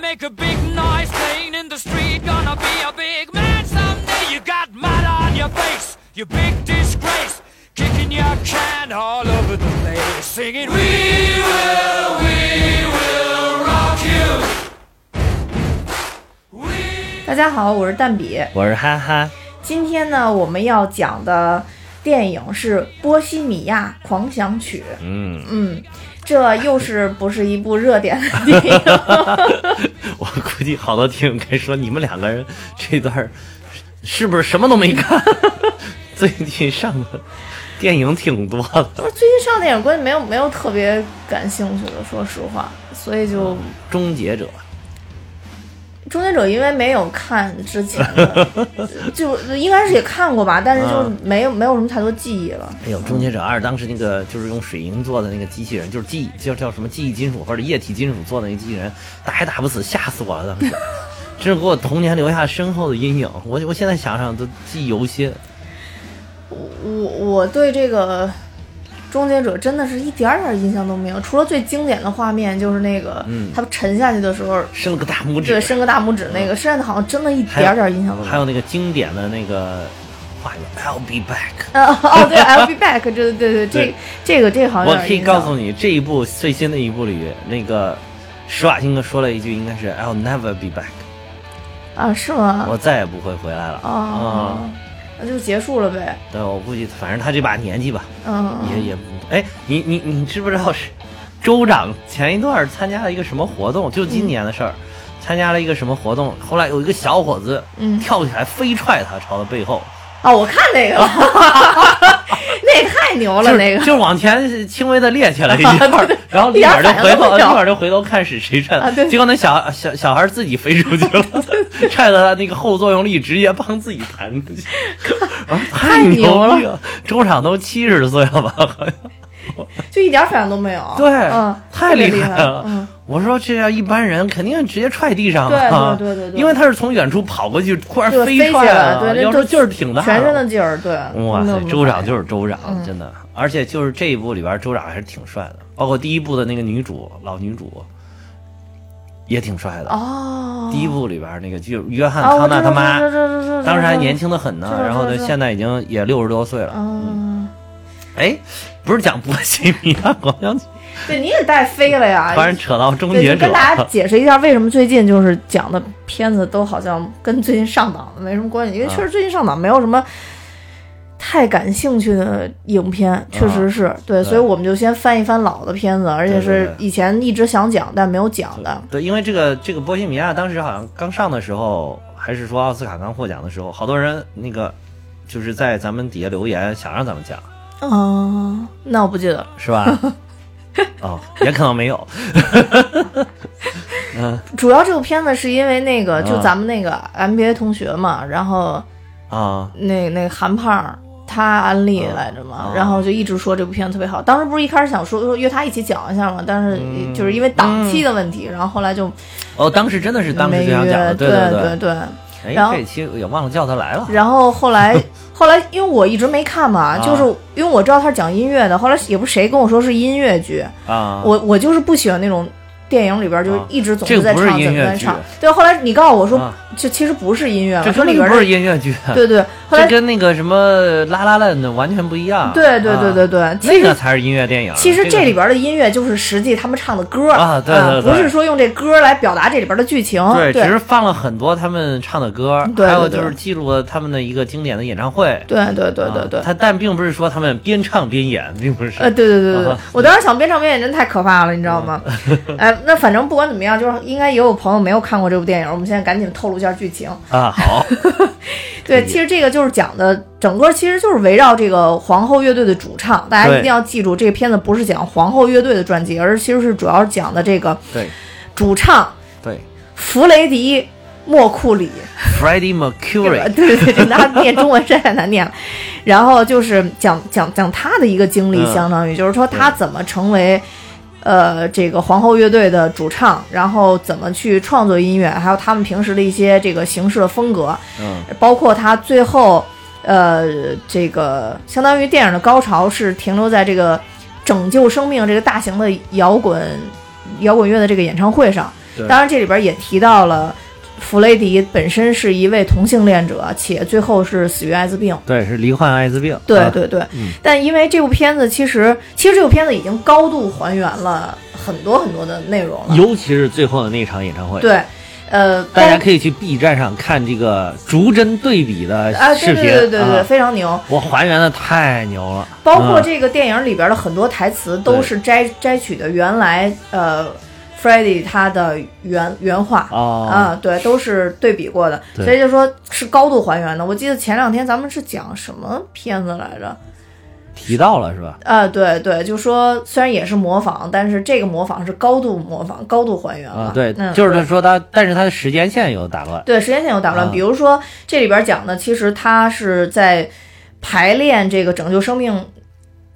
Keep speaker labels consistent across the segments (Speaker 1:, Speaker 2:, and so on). Speaker 1: make a big noise playing in the street. Gonna be a big man someday. You got mud on your face, you big disgrace. Kicking your can all over the place. Singing, We will, we will rock you. We
Speaker 2: 大家好，我是蛋比。
Speaker 3: 我是哈哈，
Speaker 2: 今天呢，我们要讲的电影是《波西米亚狂想曲》。
Speaker 3: 嗯，
Speaker 2: 嗯，这又是不是一部热点的电影？
Speaker 3: 我估计好多听友该说你们两个人这段儿是不是什么都没看？ 最近上的电影挺多的，
Speaker 2: 不是最近上电影关系没有没有特别感兴趣的，说实话，所以就《
Speaker 3: 《终结者》
Speaker 2: 终结者》因为没有看之前的，就应该是也看过吧，但是就
Speaker 3: 嗯
Speaker 2: 没有没有什么太多记忆了。
Speaker 3: 哎呦，《终结者二》当时那个就是用水银做的那个机器人，就是记叫叫什么记忆金属或者液体金属做的那个机器人，打也打不死，吓死我了！当时 真是给我童年留下深厚的阴影，我我现在想想都记忆犹新。
Speaker 2: 我我对这个终结者真的是一点儿点儿印象都没有，除了最经典的画面就是那个、他沉下去的时候，
Speaker 3: 伸了个大嗯拇指，嗯
Speaker 2: 对，伸个大拇指那个，剩下的好像真的一
Speaker 3: 还有
Speaker 2: 点儿点儿印象都没
Speaker 3: 还
Speaker 2: 有。
Speaker 3: 有那个经典的那个画面，I'll be back。
Speaker 2: 呃哦，对，I'll be back，这对对对，这
Speaker 3: 对
Speaker 2: 这个这个好像
Speaker 3: 我
Speaker 2: 有点
Speaker 3: 可以
Speaker 2: 印象
Speaker 3: 告诉你，这一部最新的一部里，那个施瓦辛格说了一句，应该是 "I'll never be back"，
Speaker 2: 啊，是吗？
Speaker 3: 我再也不会回来了。
Speaker 2: 哦
Speaker 3: 啊，，
Speaker 2: 那就结束了呗。
Speaker 3: 对，我估计，反正他这把年纪吧，也
Speaker 2: 嗯，
Speaker 3: 也不，哎，你你你知不知道是州长前一段参加了一个什么活动？就今年的事儿，参加了一个什么活动？后来有一个小伙子，
Speaker 2: 嗯
Speaker 3: 跳起来飞踹他，朝他背后，
Speaker 2: 哦，我看那个了， 那个太牛了，
Speaker 3: 就是
Speaker 2: 那个
Speaker 3: 就是往前轻微的 趔趄了一下儿，然后立马就回头，
Speaker 2: 一点反应都没
Speaker 3: 立
Speaker 2: 有
Speaker 3: 马就回头看是谁踹
Speaker 2: 啊对
Speaker 3: 的。结果那小小小孩自己飞出去了，踹的他那个后作用力直接帮自己弹出 去，啊太
Speaker 2: 牛了
Speaker 3: 逼了！州长都七十岁了吧？好像
Speaker 2: 就一点反应都没有。
Speaker 3: 对
Speaker 2: 嗯，，
Speaker 3: 太
Speaker 2: 特别
Speaker 3: 厉
Speaker 2: 害
Speaker 3: 了
Speaker 2: 嗯。
Speaker 3: 我说这要一般人肯定直接踹地上了啊，
Speaker 2: 对对对对对
Speaker 3: 因为他是从远处跑过去，突然
Speaker 2: 就
Speaker 3: 飞
Speaker 2: 飞起
Speaker 3: 踹
Speaker 2: 来了
Speaker 3: 了
Speaker 2: 对那
Speaker 3: 要
Speaker 2: 都
Speaker 3: 说劲儿挺大，
Speaker 2: 全身的劲儿，对。
Speaker 3: 哇
Speaker 2: 真的，
Speaker 3: 塞州长就是州长，
Speaker 2: 嗯
Speaker 3: 真的，而且就是这一部里边，州长还是挺帅的，包括第一部的那个女主老女主，也挺帅的。
Speaker 2: 哦，
Speaker 3: 第一部里边那个就是约翰
Speaker 2: 啊，我
Speaker 3: 康
Speaker 2: 知道
Speaker 3: 纳他妈，
Speaker 2: 知道知道知道知道
Speaker 3: 当时还年轻的很
Speaker 2: 知道
Speaker 3: 呢，
Speaker 2: 知道
Speaker 3: 然后呢，
Speaker 2: 知道
Speaker 3: 现在已经也六十多岁了。
Speaker 2: 嗯，
Speaker 3: 哎，不是讲波西米亚 狂想曲，
Speaker 2: 对，你也带飞了呀。
Speaker 3: 突然扯到终
Speaker 2: 哎对，
Speaker 3: 结
Speaker 2: 就
Speaker 3: 者
Speaker 2: 跟大家
Speaker 3: 了。
Speaker 2: 解释一下，为什么最近就是讲的片子都好像跟最近上档的没什么关系，因为
Speaker 3: 啊
Speaker 2: 确实最近上档没有什么太感兴趣的影片，确实是、对，
Speaker 3: 啊对
Speaker 2: 所以我们就先翻一翻老的片子，而且
Speaker 3: 对
Speaker 2: 是
Speaker 3: 对对
Speaker 2: 以前一直想讲但没有讲的。
Speaker 3: 对，因为这个这个波西米亚当时好像刚上的时候，还是说奥斯卡刚获奖的时候，好多人那个就是在咱们底下留言想让咱们讲。
Speaker 2: 嗯，那我不记得了，
Speaker 3: 是吧？哦，也可能没有。嗯
Speaker 2: 主要这部片子是因为那个，
Speaker 3: 啊
Speaker 2: 就咱们那个 MBA 同学嘛，然后
Speaker 3: 啊，
Speaker 2: 那那个韩胖儿他安利来着嘛，然后就一直说这部片子特别好。当时不是一开始想说说约他一起讲一下嘛，但是
Speaker 3: 嗯
Speaker 2: 就是因为档期的问题，然后后来就
Speaker 3: 哦，当时真的嗯是当时
Speaker 2: 没
Speaker 3: 就想讲
Speaker 2: 约。
Speaker 3: 的，对
Speaker 2: 对
Speaker 3: 对。
Speaker 2: 对，然
Speaker 3: 哎，
Speaker 2: 后
Speaker 3: 这一期也忘了叫他来了。
Speaker 2: 然后后 来后来，因为我一直没看嘛，
Speaker 3: 啊
Speaker 2: 就是因为我知道他是讲音乐的，后来也不是谁跟我说是音乐剧，
Speaker 3: 啊，
Speaker 2: 我我就是不喜欢那种。电影里边就是
Speaker 3: 啊
Speaker 2: 一直总
Speaker 3: 这
Speaker 2: 是
Speaker 3: 个
Speaker 2: 在
Speaker 3: 不是
Speaker 2: 唱，
Speaker 3: 音
Speaker 2: 怎么
Speaker 3: 乐
Speaker 2: 在
Speaker 3: 剧
Speaker 2: 唱？对，后来你告诉我说
Speaker 3: 啊，
Speaker 2: 这其实不是音乐，
Speaker 3: 这
Speaker 2: 说
Speaker 3: 根
Speaker 2: 里
Speaker 3: 本就
Speaker 2: 边
Speaker 3: 不
Speaker 2: 是
Speaker 3: 是音乐剧，啊
Speaker 2: 对对。后来
Speaker 3: 这跟那个什么拉拉烂的完全不一样。
Speaker 2: 对对对对
Speaker 3: 对，
Speaker 2: 对，其
Speaker 3: 啊那
Speaker 2: 实
Speaker 3: 个才是音乐电影。
Speaker 2: 其实
Speaker 3: 个
Speaker 2: 这里边的音乐就是实际他们唱的歌
Speaker 3: 啊对对对
Speaker 2: 不是说用这歌来表达这里边的剧情，
Speaker 3: 对，只
Speaker 2: 对
Speaker 3: 是放了很多他们唱的歌，
Speaker 2: 对
Speaker 3: 还有
Speaker 2: 对
Speaker 3: 就
Speaker 2: 对
Speaker 3: 是记录了他们的一个经典的演唱会。
Speaker 2: 对对对对
Speaker 3: 啊
Speaker 2: 对。
Speaker 3: 他但并不是说他们边唱边演，并不
Speaker 2: 呃，
Speaker 3: 是。
Speaker 2: 对对对对对
Speaker 3: 啊，
Speaker 2: 我当时想边唱边演真太可怕了，你知道吗？哎，那反正不管怎么样，就是应该也有朋友没有看过这部电影，我们现在赶紧透露一下剧情。
Speaker 3: 啊， 好，
Speaker 2: 对，
Speaker 3: 以
Speaker 2: 其实这个就是讲的整个其实就是围绕这个皇后乐队的主唱，大家一
Speaker 3: 对
Speaker 2: 定要记住，这个片子不是讲皇后乐队的传记，而其实是主要是讲的这个
Speaker 3: 对
Speaker 2: 主唱
Speaker 3: 对
Speaker 2: 弗雷迪·莫库里。
Speaker 3: ，Freddie Mercury，
Speaker 2: 对对对， 那念中文实在太难念了。然后就是讲讲讲他的一个经历，
Speaker 3: 嗯
Speaker 2: 相当于就是说他怎么成为。呃，这个皇后乐队的主唱，然后怎么去创作音乐，还有他们平时的一些这个形式的风格，
Speaker 3: 嗯，
Speaker 2: 包括他最后，呃，这个相当于电影的高潮是停留在这个拯救生命这个大型的摇滚摇滚乐的这个演唱会上，
Speaker 3: 对
Speaker 2: 当然，这里边也提到了弗雷迪本身是一位同性恋者，且最后是死于艾滋病。
Speaker 3: 对，是罹患艾滋病。
Speaker 2: 对
Speaker 3: 啊
Speaker 2: 对对，
Speaker 3: 嗯
Speaker 2: 但因为这部片子其实其实这部片子已经高度还原了很多很多的内容了。
Speaker 3: 尤其是最后的那场演唱会，，
Speaker 2: 对，呃，
Speaker 3: 大家
Speaker 2: 包
Speaker 3: 可以去 B 站上看这个逐帧对比的
Speaker 2: 啊，对对
Speaker 3: 视频。
Speaker 2: 对对对对，
Speaker 3: 啊
Speaker 2: 非常牛。
Speaker 3: 我还原的太牛了，
Speaker 2: 包括
Speaker 3: 嗯
Speaker 2: 这个电影里边的很多台词都
Speaker 3: 对
Speaker 2: 是摘摘取的原来呃 f r e d d y 他的原原话。
Speaker 3: 哦
Speaker 2: 啊，对，都是对比过的，
Speaker 3: 对
Speaker 2: 所以就说是高度还原的。我记得前两天咱们是讲什么片子来着？
Speaker 3: 提到了是吧？
Speaker 2: 啊，对对，就说虽然也是模仿，但是这个模仿是高度模仿、高度还原了。
Speaker 3: 啊，对，
Speaker 2: 嗯、
Speaker 3: 就是他
Speaker 2: 对
Speaker 3: 说他，但是他的时间线有打乱。
Speaker 2: 对时间线有打乱。
Speaker 3: 啊
Speaker 2: 比如说这里边讲的，其实他是在排练这个拯救生命。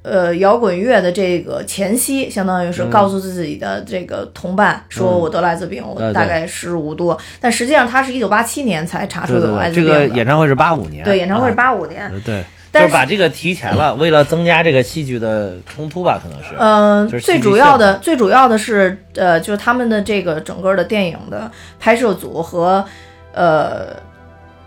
Speaker 2: 呃，摇滚乐的这个前夕，相当于是告诉自己的这个同伴、说：“
Speaker 3: 嗯
Speaker 2: 我得了艾滋病，
Speaker 3: 对
Speaker 2: 我大概时日无多。但实际上，他是一九八七年才查出
Speaker 3: 对对
Speaker 2: 有艾
Speaker 3: 对，
Speaker 2: 滋
Speaker 3: 这
Speaker 2: 病的。
Speaker 3: 个演唱会是八五年，
Speaker 2: 对演唱会是
Speaker 3: 啊
Speaker 2: 八五年。
Speaker 3: 对对，
Speaker 2: 但
Speaker 3: 就是是把这个提前了，为了增加这个戏剧的冲突吧，可能是。
Speaker 2: 嗯
Speaker 3: 就，是戏
Speaker 2: 最
Speaker 3: 剧
Speaker 2: 主
Speaker 3: 效
Speaker 2: 要
Speaker 3: 果
Speaker 2: 的最主要的是，呃，就是他们的这个整个的电影的拍摄组和呃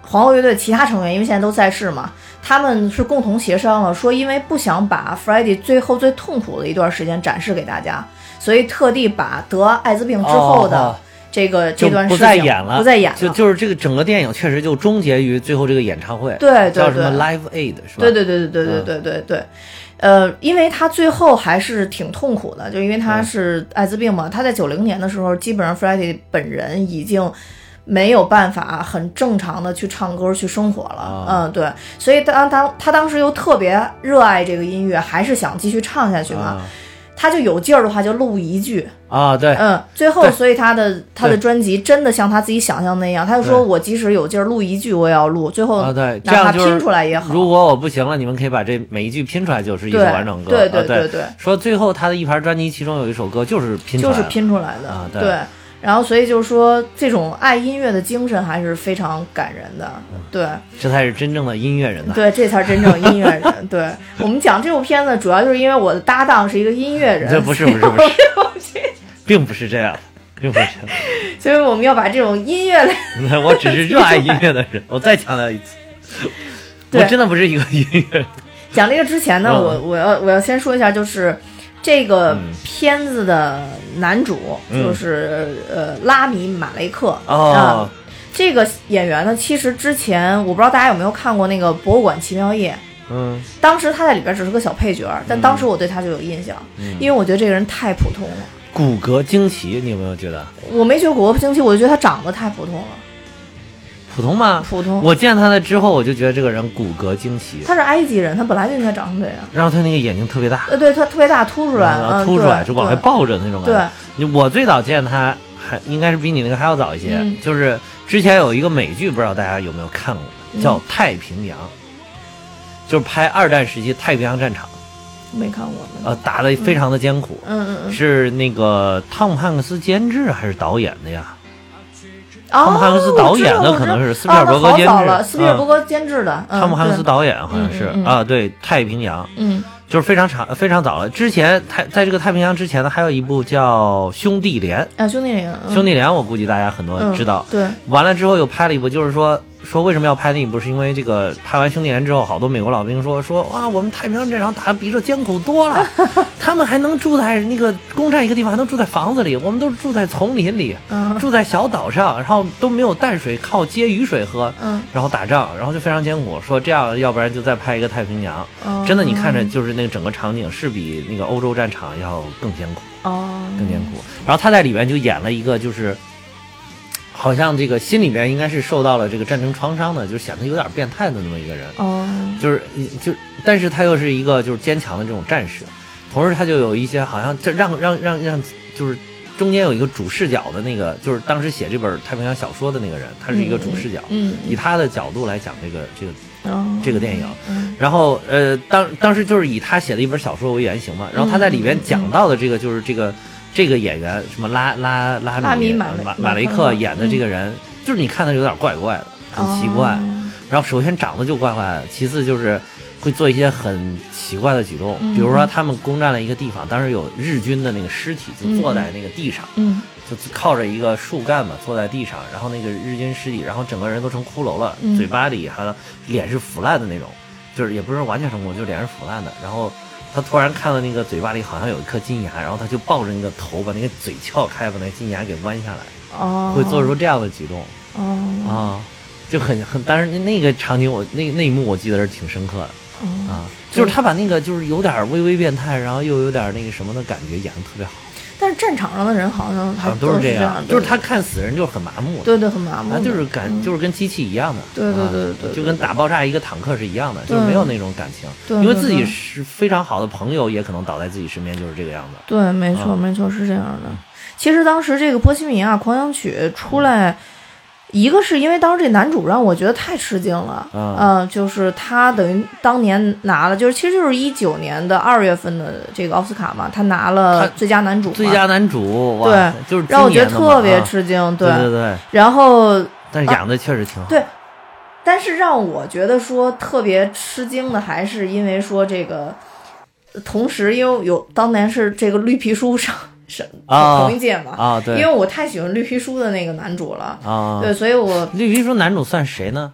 Speaker 2: 皇后乐队其他成员，因为现在都在世嘛，他们是共同协商了，说因为不想把 f r e d d y 最后最痛苦的一段时间展示给大家，所以特地把得艾滋病之后
Speaker 3: 哦
Speaker 2: 的这个、这
Speaker 3: 就
Speaker 2: 段事
Speaker 3: 不
Speaker 2: 情
Speaker 3: 再演了，
Speaker 2: 不再演了，
Speaker 3: 就就是这个整个电影确实就终结于最后这个演唱会，
Speaker 2: 对对
Speaker 3: 叫什么
Speaker 2: 对
Speaker 3: Live Aid 是吧？嗯
Speaker 2: 对对对对对对对对对，呃，因为他最后还是挺痛苦的，就因为他
Speaker 3: 对
Speaker 2: 是艾滋病嘛，他在九零年的时候，基本上 f r e d d y 本人已经。没有办法很正常的去唱歌去生活了，
Speaker 3: 啊
Speaker 2: 嗯，对，所以当当他当时又特别热爱这个音乐，还是想继续唱下去嘛，
Speaker 3: 啊
Speaker 2: 他就有劲儿的话就录一句，
Speaker 3: 啊，对，
Speaker 2: 嗯，最后
Speaker 3: 对
Speaker 2: 所以他的他的
Speaker 3: 对
Speaker 2: 专辑真的像他自己想象那样，他就说
Speaker 3: 对
Speaker 2: 我即使有劲儿录一句我也要录，最后
Speaker 3: 啊对，这
Speaker 2: 嗯哪怕
Speaker 3: 样就是
Speaker 2: 拼出来也好，
Speaker 3: 如果我不行了，你们可以把这每一句拼出来，就是一首
Speaker 2: 对
Speaker 3: 完整歌。
Speaker 2: 对
Speaker 3: 啊
Speaker 2: 对
Speaker 3: 对
Speaker 2: 对对
Speaker 3: 说最后他的一盘专辑，其中有一首歌就是拼出来
Speaker 2: 就
Speaker 3: 的，
Speaker 2: 是拼出来的，
Speaker 3: 啊
Speaker 2: 对
Speaker 3: 对
Speaker 2: 然后，所以就是说，这种爱音乐的精神还是非常感人的，
Speaker 3: 嗯
Speaker 2: 对
Speaker 3: 这才是真正的音乐人呐。啊
Speaker 2: 对，这才是真正音乐人。 对我们讲这部片子，主要就是因为我的搭档是一个音乐人，
Speaker 3: 这不是不是 不是，并不是这样的，并不是这样的。
Speaker 2: 所以我们要把这种音乐类，
Speaker 3: 那我只是热爱音乐的人。我再强调一次，
Speaker 2: 对
Speaker 3: 我真的不是一个音乐人。
Speaker 2: 讲这个之前呢，
Speaker 3: 嗯
Speaker 2: 我我要我要先说一下，就是这个
Speaker 3: 嗯
Speaker 2: 片子的男主、
Speaker 3: 嗯
Speaker 2: 就是呃拉米马雷克啊、
Speaker 3: 哦
Speaker 2: 这个演员呢，其实之前我不知道大家有没有看过那个《博物馆奇妙夜》。
Speaker 3: 嗯，
Speaker 2: 当时他在里边只是个小配角儿，但当时我对他就有印象，
Speaker 3: 嗯
Speaker 2: 因为我觉得这个人太普通了。
Speaker 3: 骨骼惊奇，你有没有觉得
Speaker 2: 我没觉得果不惊奇，我就觉得他长得太普通了。
Speaker 3: 普通吗？
Speaker 2: 普通
Speaker 3: 我见他的之后，我就觉得这个人骨骼惊奇，
Speaker 2: 他是埃及人，他本来就应该长成这样。
Speaker 3: 然后他那个眼睛特别大，
Speaker 2: 呃，对他特别大凸出来，
Speaker 3: 然
Speaker 2: 嗯，
Speaker 3: 后啊凸出来
Speaker 2: 对
Speaker 3: 就往外
Speaker 2: 对
Speaker 3: 抱着那种感
Speaker 2: 对
Speaker 3: 觉。你我最早见他还应该是比你那个还要早一些，
Speaker 2: 嗯
Speaker 3: 就是之前有一个美剧，不知道大家有没有看
Speaker 2: 嗯
Speaker 3: 过，叫《太平洋》，就是拍二战时期太平洋战场，
Speaker 2: 没看过呢。
Speaker 3: 呃，打得非常的艰苦。
Speaker 2: 嗯嗯嗯，
Speaker 3: 是那个汤姆汉克斯监制还是导演的呀？
Speaker 2: 汤哦
Speaker 3: 姆汉克斯导演的可能是斯皮尔伯格监制
Speaker 2: 了，斯皮尔伯
Speaker 3: 嗯
Speaker 2: 格监制的。嗯
Speaker 3: 汤姆汉克斯
Speaker 2: 对
Speaker 3: 导演好像是
Speaker 2: 嗯嗯嗯
Speaker 3: 啊，对，《太平洋》
Speaker 2: 嗯，
Speaker 3: 就是非常长非常早了。之前太在这个太平洋之前呢，还有一部叫《兄弟连》，
Speaker 2: 啊，兄弟连，嗯
Speaker 3: 《兄弟连》我估计大家很多人知道。
Speaker 2: 嗯对，
Speaker 3: 完了之后又拍了一部，就是说说为什么要拍那一部，是因为这个拍完《兄弟连》之后，好多美国老兵说说哇，我们太平洋战场打得比这艰苦多了，他们还能住在那个攻占一个地方，还能住在房子里，我们都是住在丛林里，
Speaker 2: 嗯
Speaker 3: 住在小岛上，然后都没有淡水，靠接雨水喝，
Speaker 2: 嗯
Speaker 3: 然后打仗，然后就非常艰苦。说这样，要不然就再拍一个太平洋。
Speaker 2: 哦
Speaker 3: 真的，你看着就是那个整个场景是比那个欧洲战场要更艰苦。
Speaker 2: 哦，
Speaker 3: 更艰苦。然后他在里边就演了一个，就是好像这个心里边应该是受到了这个战争创伤的，就是显得有点变态的那么一个人，
Speaker 2: 哦，
Speaker 3: 就是就，但是他又是一个就是坚强的这种战士，同时他就有一些好像这让让让让就是。中间有一个主视角的那个，就是当时写这本太平洋小说的那个人，他是一个主视角，
Speaker 2: 嗯
Speaker 3: 以他的角度来讲这个这个
Speaker 2: 哦
Speaker 3: 这个电影
Speaker 2: 嗯。
Speaker 3: 然后呃，当当时就是以他写的一本小说为原型嘛，然后他在
Speaker 2: 嗯
Speaker 3: 里边讲到的这个就是这个这个演员什么拉拉拉
Speaker 2: 拉米
Speaker 3: 米
Speaker 2: 马
Speaker 3: 呃
Speaker 2: 雷
Speaker 3: 马
Speaker 2: 马
Speaker 3: 马雷
Speaker 2: 克
Speaker 3: 克
Speaker 2: 嗯
Speaker 3: 演的这个人，就是你看他有点怪怪的，很奇怪。
Speaker 2: 哦
Speaker 3: 然后首先长得就怪怪的，其次就是会做一些很奇怪的举动，比如说
Speaker 2: 嗯
Speaker 3: 他们攻占了一个地方，当时有日军的那个尸体就坐在那个地上，
Speaker 2: 嗯
Speaker 3: 就靠着一个树干嘛坐在地上，然后那个日军尸体，然后整个人都成骷髅了，
Speaker 2: 嗯
Speaker 3: 嘴巴里还有脸是腐烂的那种，就是也不是完全成功，就是脸是腐烂的。然后他突然看到那个嘴巴里好像有一颗金牙，然后他就抱着那个头把那个嘴撬开，把那个金牙给弯下来，
Speaker 2: 哦，
Speaker 3: 会做出这样的举动
Speaker 2: 哦
Speaker 3: 啊，就很很，当然那那个场景我那那一幕我记得是挺深刻的。
Speaker 2: 哦，
Speaker 3: 啊，就是他把那个就是有点微微变态，然后又有点那个什么的感觉演得特别好，
Speaker 2: 但是战场上的人好像
Speaker 3: 好
Speaker 2: 还
Speaker 3: 啊像都
Speaker 2: 是
Speaker 3: 这
Speaker 2: 样，
Speaker 3: 就是他看死人就是很麻木的，
Speaker 2: 对对很麻木
Speaker 3: 他
Speaker 2: 的，
Speaker 3: 就是感
Speaker 2: 嗯
Speaker 3: 就是跟机器一样的，
Speaker 2: 对对
Speaker 3: 啊
Speaker 2: 对对对
Speaker 3: 就跟打爆炸一个坦克是一样的，就是
Speaker 2: 对
Speaker 3: 没有那种感情，
Speaker 2: 对
Speaker 3: 因为
Speaker 2: 对
Speaker 3: 自己
Speaker 2: 对
Speaker 3: 是非常好的朋友也可能倒在自己身边，就是这个样子。
Speaker 2: 对，没错，
Speaker 3: 啊
Speaker 2: 没错，是这样的。其实当时这个《波西米亚狂想曲》出来，一个是因为当时这男主让我觉得太吃惊了，
Speaker 3: 啊
Speaker 2: 呃就是他等于当年拿了，就是其实就是一九年的二月份的这个奥斯卡嘛，他拿了
Speaker 3: 他
Speaker 2: 最佳男主嘛，
Speaker 3: 最佳男主，哇
Speaker 2: 对，
Speaker 3: 就是今
Speaker 2: 让我觉得
Speaker 3: 年的嘛
Speaker 2: 特别
Speaker 3: 啊
Speaker 2: 吃惊，
Speaker 3: 对对对，
Speaker 2: 然后
Speaker 3: 但是演的确实挺好，
Speaker 2: 对但是让我觉得说特别吃惊的，还是因为说这个，呃同时因为有当年是这个绿皮书上是
Speaker 3: 啊
Speaker 2: 同一届嘛，
Speaker 3: 啊对
Speaker 2: 因为我太喜欢绿皮书的那个男主了，
Speaker 3: 啊，
Speaker 2: 对，所以我。
Speaker 3: 绿皮书男主算谁呢？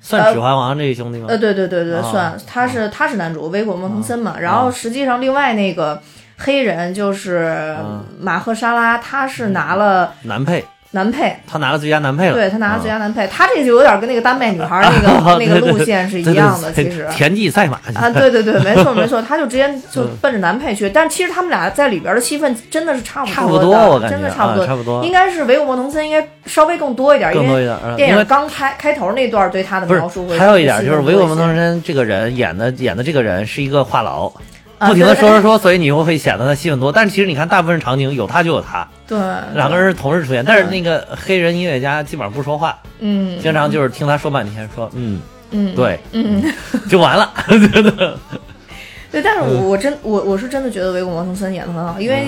Speaker 3: 算
Speaker 2: 呃
Speaker 3: 指环王这一兄弟吗
Speaker 2: 呃，？对对对对，
Speaker 3: 啊
Speaker 2: 算他是他是男主，维果莫腾森嘛。然后实际上另外那个黑人就是
Speaker 3: 啊
Speaker 2: 马赫沙拉，他是拿了
Speaker 3: 男配，
Speaker 2: 男配，
Speaker 3: 他拿了最佳男配了，
Speaker 2: 对他拿了
Speaker 3: 啊
Speaker 2: 最佳男配，他这就有点跟那个丹麦女孩那 个那个路线是一样的，
Speaker 3: 对
Speaker 2: 其
Speaker 3: 对对
Speaker 2: 实
Speaker 3: 田忌赛马
Speaker 2: 啊，对对对，没错没错，他就直接就
Speaker 3: 嗯
Speaker 2: 奔着男配去，但其实他们俩在里边的戏份真的是差不
Speaker 3: 差不
Speaker 2: 多
Speaker 3: 多，
Speaker 2: 的，
Speaker 3: 我感觉
Speaker 2: 真的差不
Speaker 3: 啊
Speaker 2: 多，
Speaker 3: 差不多
Speaker 2: 应该是维果莫腾森应该稍微更多一点，
Speaker 3: 更
Speaker 2: 因
Speaker 3: 多一
Speaker 2: 为
Speaker 3: 点啊，
Speaker 2: 电
Speaker 3: 因
Speaker 2: 影
Speaker 3: 为
Speaker 2: 刚开开头那段对他的
Speaker 3: 不
Speaker 2: 描述会
Speaker 3: 是还有一点就是维
Speaker 2: 果
Speaker 3: 果摩登森这个人演的演的这个人是一个话痨，
Speaker 2: 啊
Speaker 3: 不停的
Speaker 2: 对
Speaker 3: 说说说，所以你又会显得他戏份多，但是其实你看大部分场景有他就有他，
Speaker 2: 对
Speaker 3: 两个人是同时出现，但是那个黑人音乐家基本上不说话，
Speaker 2: 嗯
Speaker 3: 经常就是听他说半天，说嗯
Speaker 2: 嗯
Speaker 3: 对
Speaker 2: 嗯
Speaker 3: 就 完了，
Speaker 2: 对，但是
Speaker 3: 嗯
Speaker 2: 我我真我我是真的觉得维果莫腾森演的很好，因为。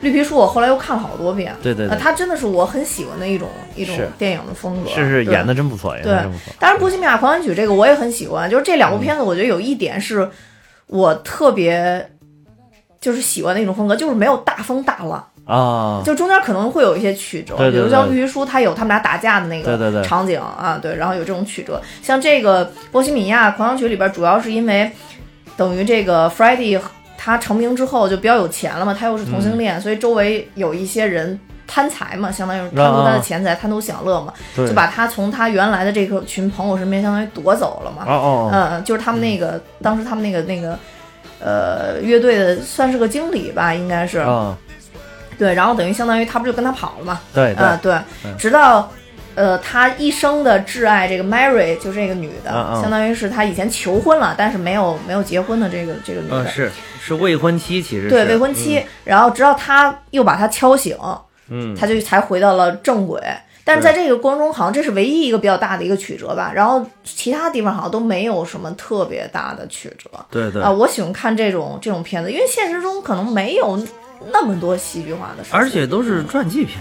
Speaker 2: 绿皮书我后来又看了好多遍，
Speaker 3: 对对对
Speaker 2: 呃他真的是我很喜欢的一种一种
Speaker 3: 是
Speaker 2: 电影的风格，
Speaker 3: 是是
Speaker 2: 对
Speaker 3: 演的真不错，演
Speaker 2: 对
Speaker 3: 的真不错，，
Speaker 2: 当然《波西米亚狂想曲》这个我也很喜欢，就是这两部片子，我觉得有一点是我特别就是喜欢的一种风格，就是没有大风大浪，
Speaker 3: 啊，
Speaker 2: 就中间可能会有一些曲折，
Speaker 3: 对对
Speaker 2: 比如
Speaker 3: 对
Speaker 2: 像《绿皮书》，它有他们俩打架的那
Speaker 3: 对对
Speaker 2: 个
Speaker 3: 对
Speaker 2: 场景啊，对，然后有这种曲折。像这个《波西米亚狂想曲》里边，主要是因为等于这个 f r e d d y 他成名之后就比较有钱了嘛，他又是同性恋，所以周围有一些人。贪财嘛，相当于是贪图他
Speaker 3: 啊
Speaker 2: 的钱财，贪图享乐嘛。
Speaker 3: 对
Speaker 2: 就把他从他原来的这个群朋友身边相当于夺走了嘛。
Speaker 3: 哦哦
Speaker 2: 嗯，就是他们那个、当时他们那个那个呃乐队的算是个经理吧，应该是、
Speaker 3: 哦啊，
Speaker 2: 对，然后等于相当于他不就跟他跑了嘛。
Speaker 3: 对对
Speaker 2: 啊、对，
Speaker 3: 嗯
Speaker 2: 直到。呃，他一生的挚爱这个 Mary 就这个女的，
Speaker 3: 嗯嗯
Speaker 2: 相当于是他以前求婚了，但是没有没有结婚的这个这个女的，
Speaker 3: 嗯是是未婚妻其实
Speaker 2: 对
Speaker 3: 是
Speaker 2: 未婚妻。然后直到他又把她敲醒，
Speaker 3: 嗯
Speaker 2: 他就才回到了正轨。但是在这个过程中，好像这是唯一一个比较大的一个曲折吧。然后其他地方好像都没有什么特别大的曲折。
Speaker 3: 对对
Speaker 2: 啊、我喜欢看这种这种片子，因为现实中可能没有那么多戏剧化的事情。
Speaker 3: 而且都是传记片。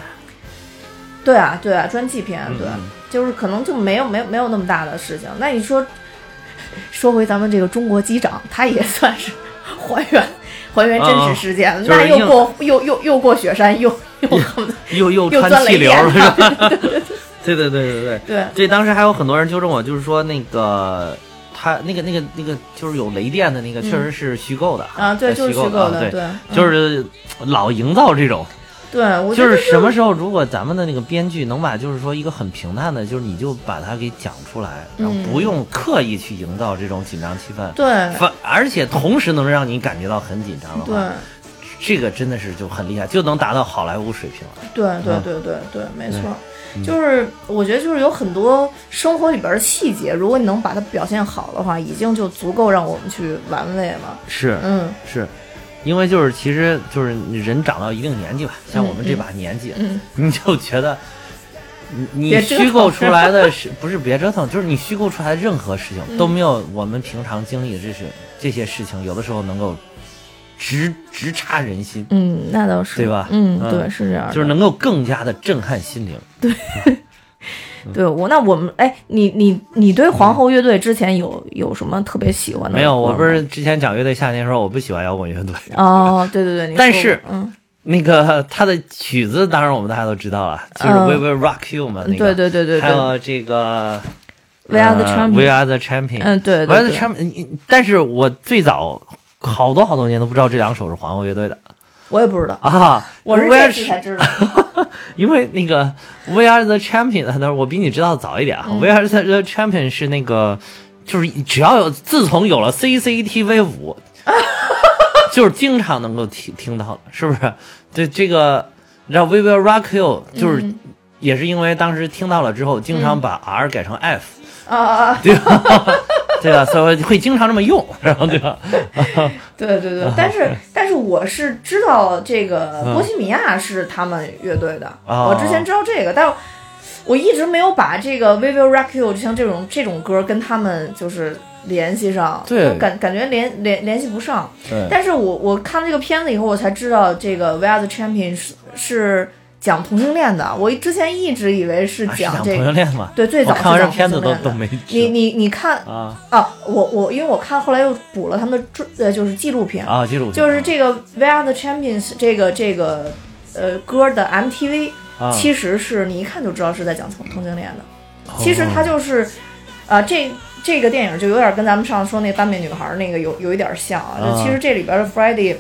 Speaker 2: 对啊，对啊，传记片，
Speaker 3: 嗯
Speaker 2: 对，就是可能就没有没有没有那么大的事情。那你说， 说回咱们这个中国机长，他也算是还原 还原真实事件了。
Speaker 3: 啊就是
Speaker 2: 那又
Speaker 3: 硬
Speaker 2: 过又又又过雪山，又又
Speaker 3: 又又
Speaker 2: 又
Speaker 3: 穿
Speaker 2: 钻
Speaker 3: 气
Speaker 2: 雷
Speaker 3: 流
Speaker 2: 电
Speaker 3: 儿是
Speaker 2: 了
Speaker 3: 吧？对对对对对
Speaker 2: 对
Speaker 3: 对，当时还有很多人纠正我，就是说那个他那个那个那个就是有雷电的那个，确实是虚构的
Speaker 2: 啊，对，就是虚构
Speaker 3: 的，
Speaker 2: 的，
Speaker 3: 啊
Speaker 2: 对，
Speaker 3: 就是老营造这种，
Speaker 2: 对，我觉
Speaker 3: 就
Speaker 2: 得
Speaker 3: 是什么时候如果咱们的那个编剧能把就是说一个很平淡的，就是你就把它给讲出来，然后不用刻意去营造这种紧张气氛，
Speaker 2: 对
Speaker 3: 反而且同时能让你感觉到很紧张的
Speaker 2: 对
Speaker 3: 话，这个真的是就很厉害，就能达到好莱坞水平了。
Speaker 2: 对
Speaker 3: 嗯
Speaker 2: 对对对对，没错。就是我觉得，就是有很多生活里边的细节，如果你能把它表现好的话，已经就足够让我们去玩味了。
Speaker 3: 是，
Speaker 2: 嗯，
Speaker 3: 是，因为就是其实就是人长到一定年纪吧，像我们这把年纪，
Speaker 2: 嗯
Speaker 3: 你就觉得你
Speaker 2: 别
Speaker 3: 你
Speaker 2: 折腾
Speaker 3: 虚构出来的是不是别折腾，就是你虚构出来的任何事情、
Speaker 2: 嗯
Speaker 3: 都没有我们平常经历的这些这些事情，有的时候能够直直插人心。
Speaker 2: 嗯，那倒是，
Speaker 3: 对吧
Speaker 2: 嗯，
Speaker 3: 嗯
Speaker 2: 对，是这样的，
Speaker 3: 就是能够更加的震撼心灵，对，
Speaker 2: 对我，那我们哎，你你你对皇后乐队之前有有什么特别喜欢的？
Speaker 3: 没有，我不是之前讲乐队夏天说我不喜欢摇滚乐队，
Speaker 2: 哦，对对对，你说
Speaker 3: 但是
Speaker 2: 过嗯，
Speaker 3: 那个他的曲子当然我们大家都知道了，就是
Speaker 2: 嗯
Speaker 3: We Will Rock You 嘛，那个
Speaker 2: 对对对对
Speaker 3: 还
Speaker 2: 对
Speaker 3: 有这个
Speaker 2: ，We Are the
Speaker 3: 呃
Speaker 2: Champions，
Speaker 3: We Are the Champion，
Speaker 2: 嗯对对
Speaker 3: We Are the
Speaker 2: 对
Speaker 3: Champion，但是我最早好多好多年都不知道这两首是皇后乐队的
Speaker 2: 我也不知道，
Speaker 3: 啊，
Speaker 2: 我是
Speaker 3: We Are
Speaker 2: 这次才知道。啊
Speaker 3: 因为那个 We Are the Champion，那我比你知道的早一点啊。We
Speaker 2: 嗯
Speaker 3: Are the Champion 是那个，就是只要有自从有了 CCTV 五， 就是经常能够听听到了，是不是？对这个，你知道 We Will Rock You 就是、
Speaker 2: 嗯
Speaker 3: 也是因为当时听到了之后，经常把 R 改成 F，、
Speaker 2: 啊啊啊！
Speaker 3: 对吧？对吧？ 所以会经常这么用，然后对吧？
Speaker 2: 对对
Speaker 3: 啊
Speaker 2: 对，但是但是我是知道这个
Speaker 3: 嗯
Speaker 2: 波西米亚是他们乐队的，
Speaker 3: 哦
Speaker 2: 我之前知道这个，但我一直没有把这个《We Will Rock You》像这种这种歌跟他们就是联系上，
Speaker 3: 对
Speaker 2: 就感感觉联联联系不上。
Speaker 3: 对
Speaker 2: 但是我我看这个片子以后，我才知道这个《We Are the Champions》是是讲同性恋的，我之前一直以为是
Speaker 3: 啊是讲
Speaker 2: 讲
Speaker 3: 朋
Speaker 2: 这
Speaker 3: 友
Speaker 2: 个。
Speaker 3: 恋嘛？
Speaker 2: 对，最早
Speaker 3: 我看完
Speaker 2: 是
Speaker 3: 这
Speaker 2: 讲
Speaker 3: 片子
Speaker 2: 同性
Speaker 3: 都
Speaker 2: 恋的
Speaker 3: 都没
Speaker 2: 你你你看
Speaker 3: 啊
Speaker 2: 啊，我我因为我看后来又补了他们的专呃就是纪录片
Speaker 3: 啊，记住
Speaker 2: 就是这个《We Are the Champions》这个这个呃歌的 MTV，、
Speaker 3: 啊
Speaker 2: 其实是你一看就知道是在讲同同性恋的。
Speaker 3: 哦
Speaker 2: 其实它就是，啊、这这个电影就有点跟咱们上次说那单面女孩那个有有一点像啊。就
Speaker 3: 啊
Speaker 2: 其实这里边的 Freddie，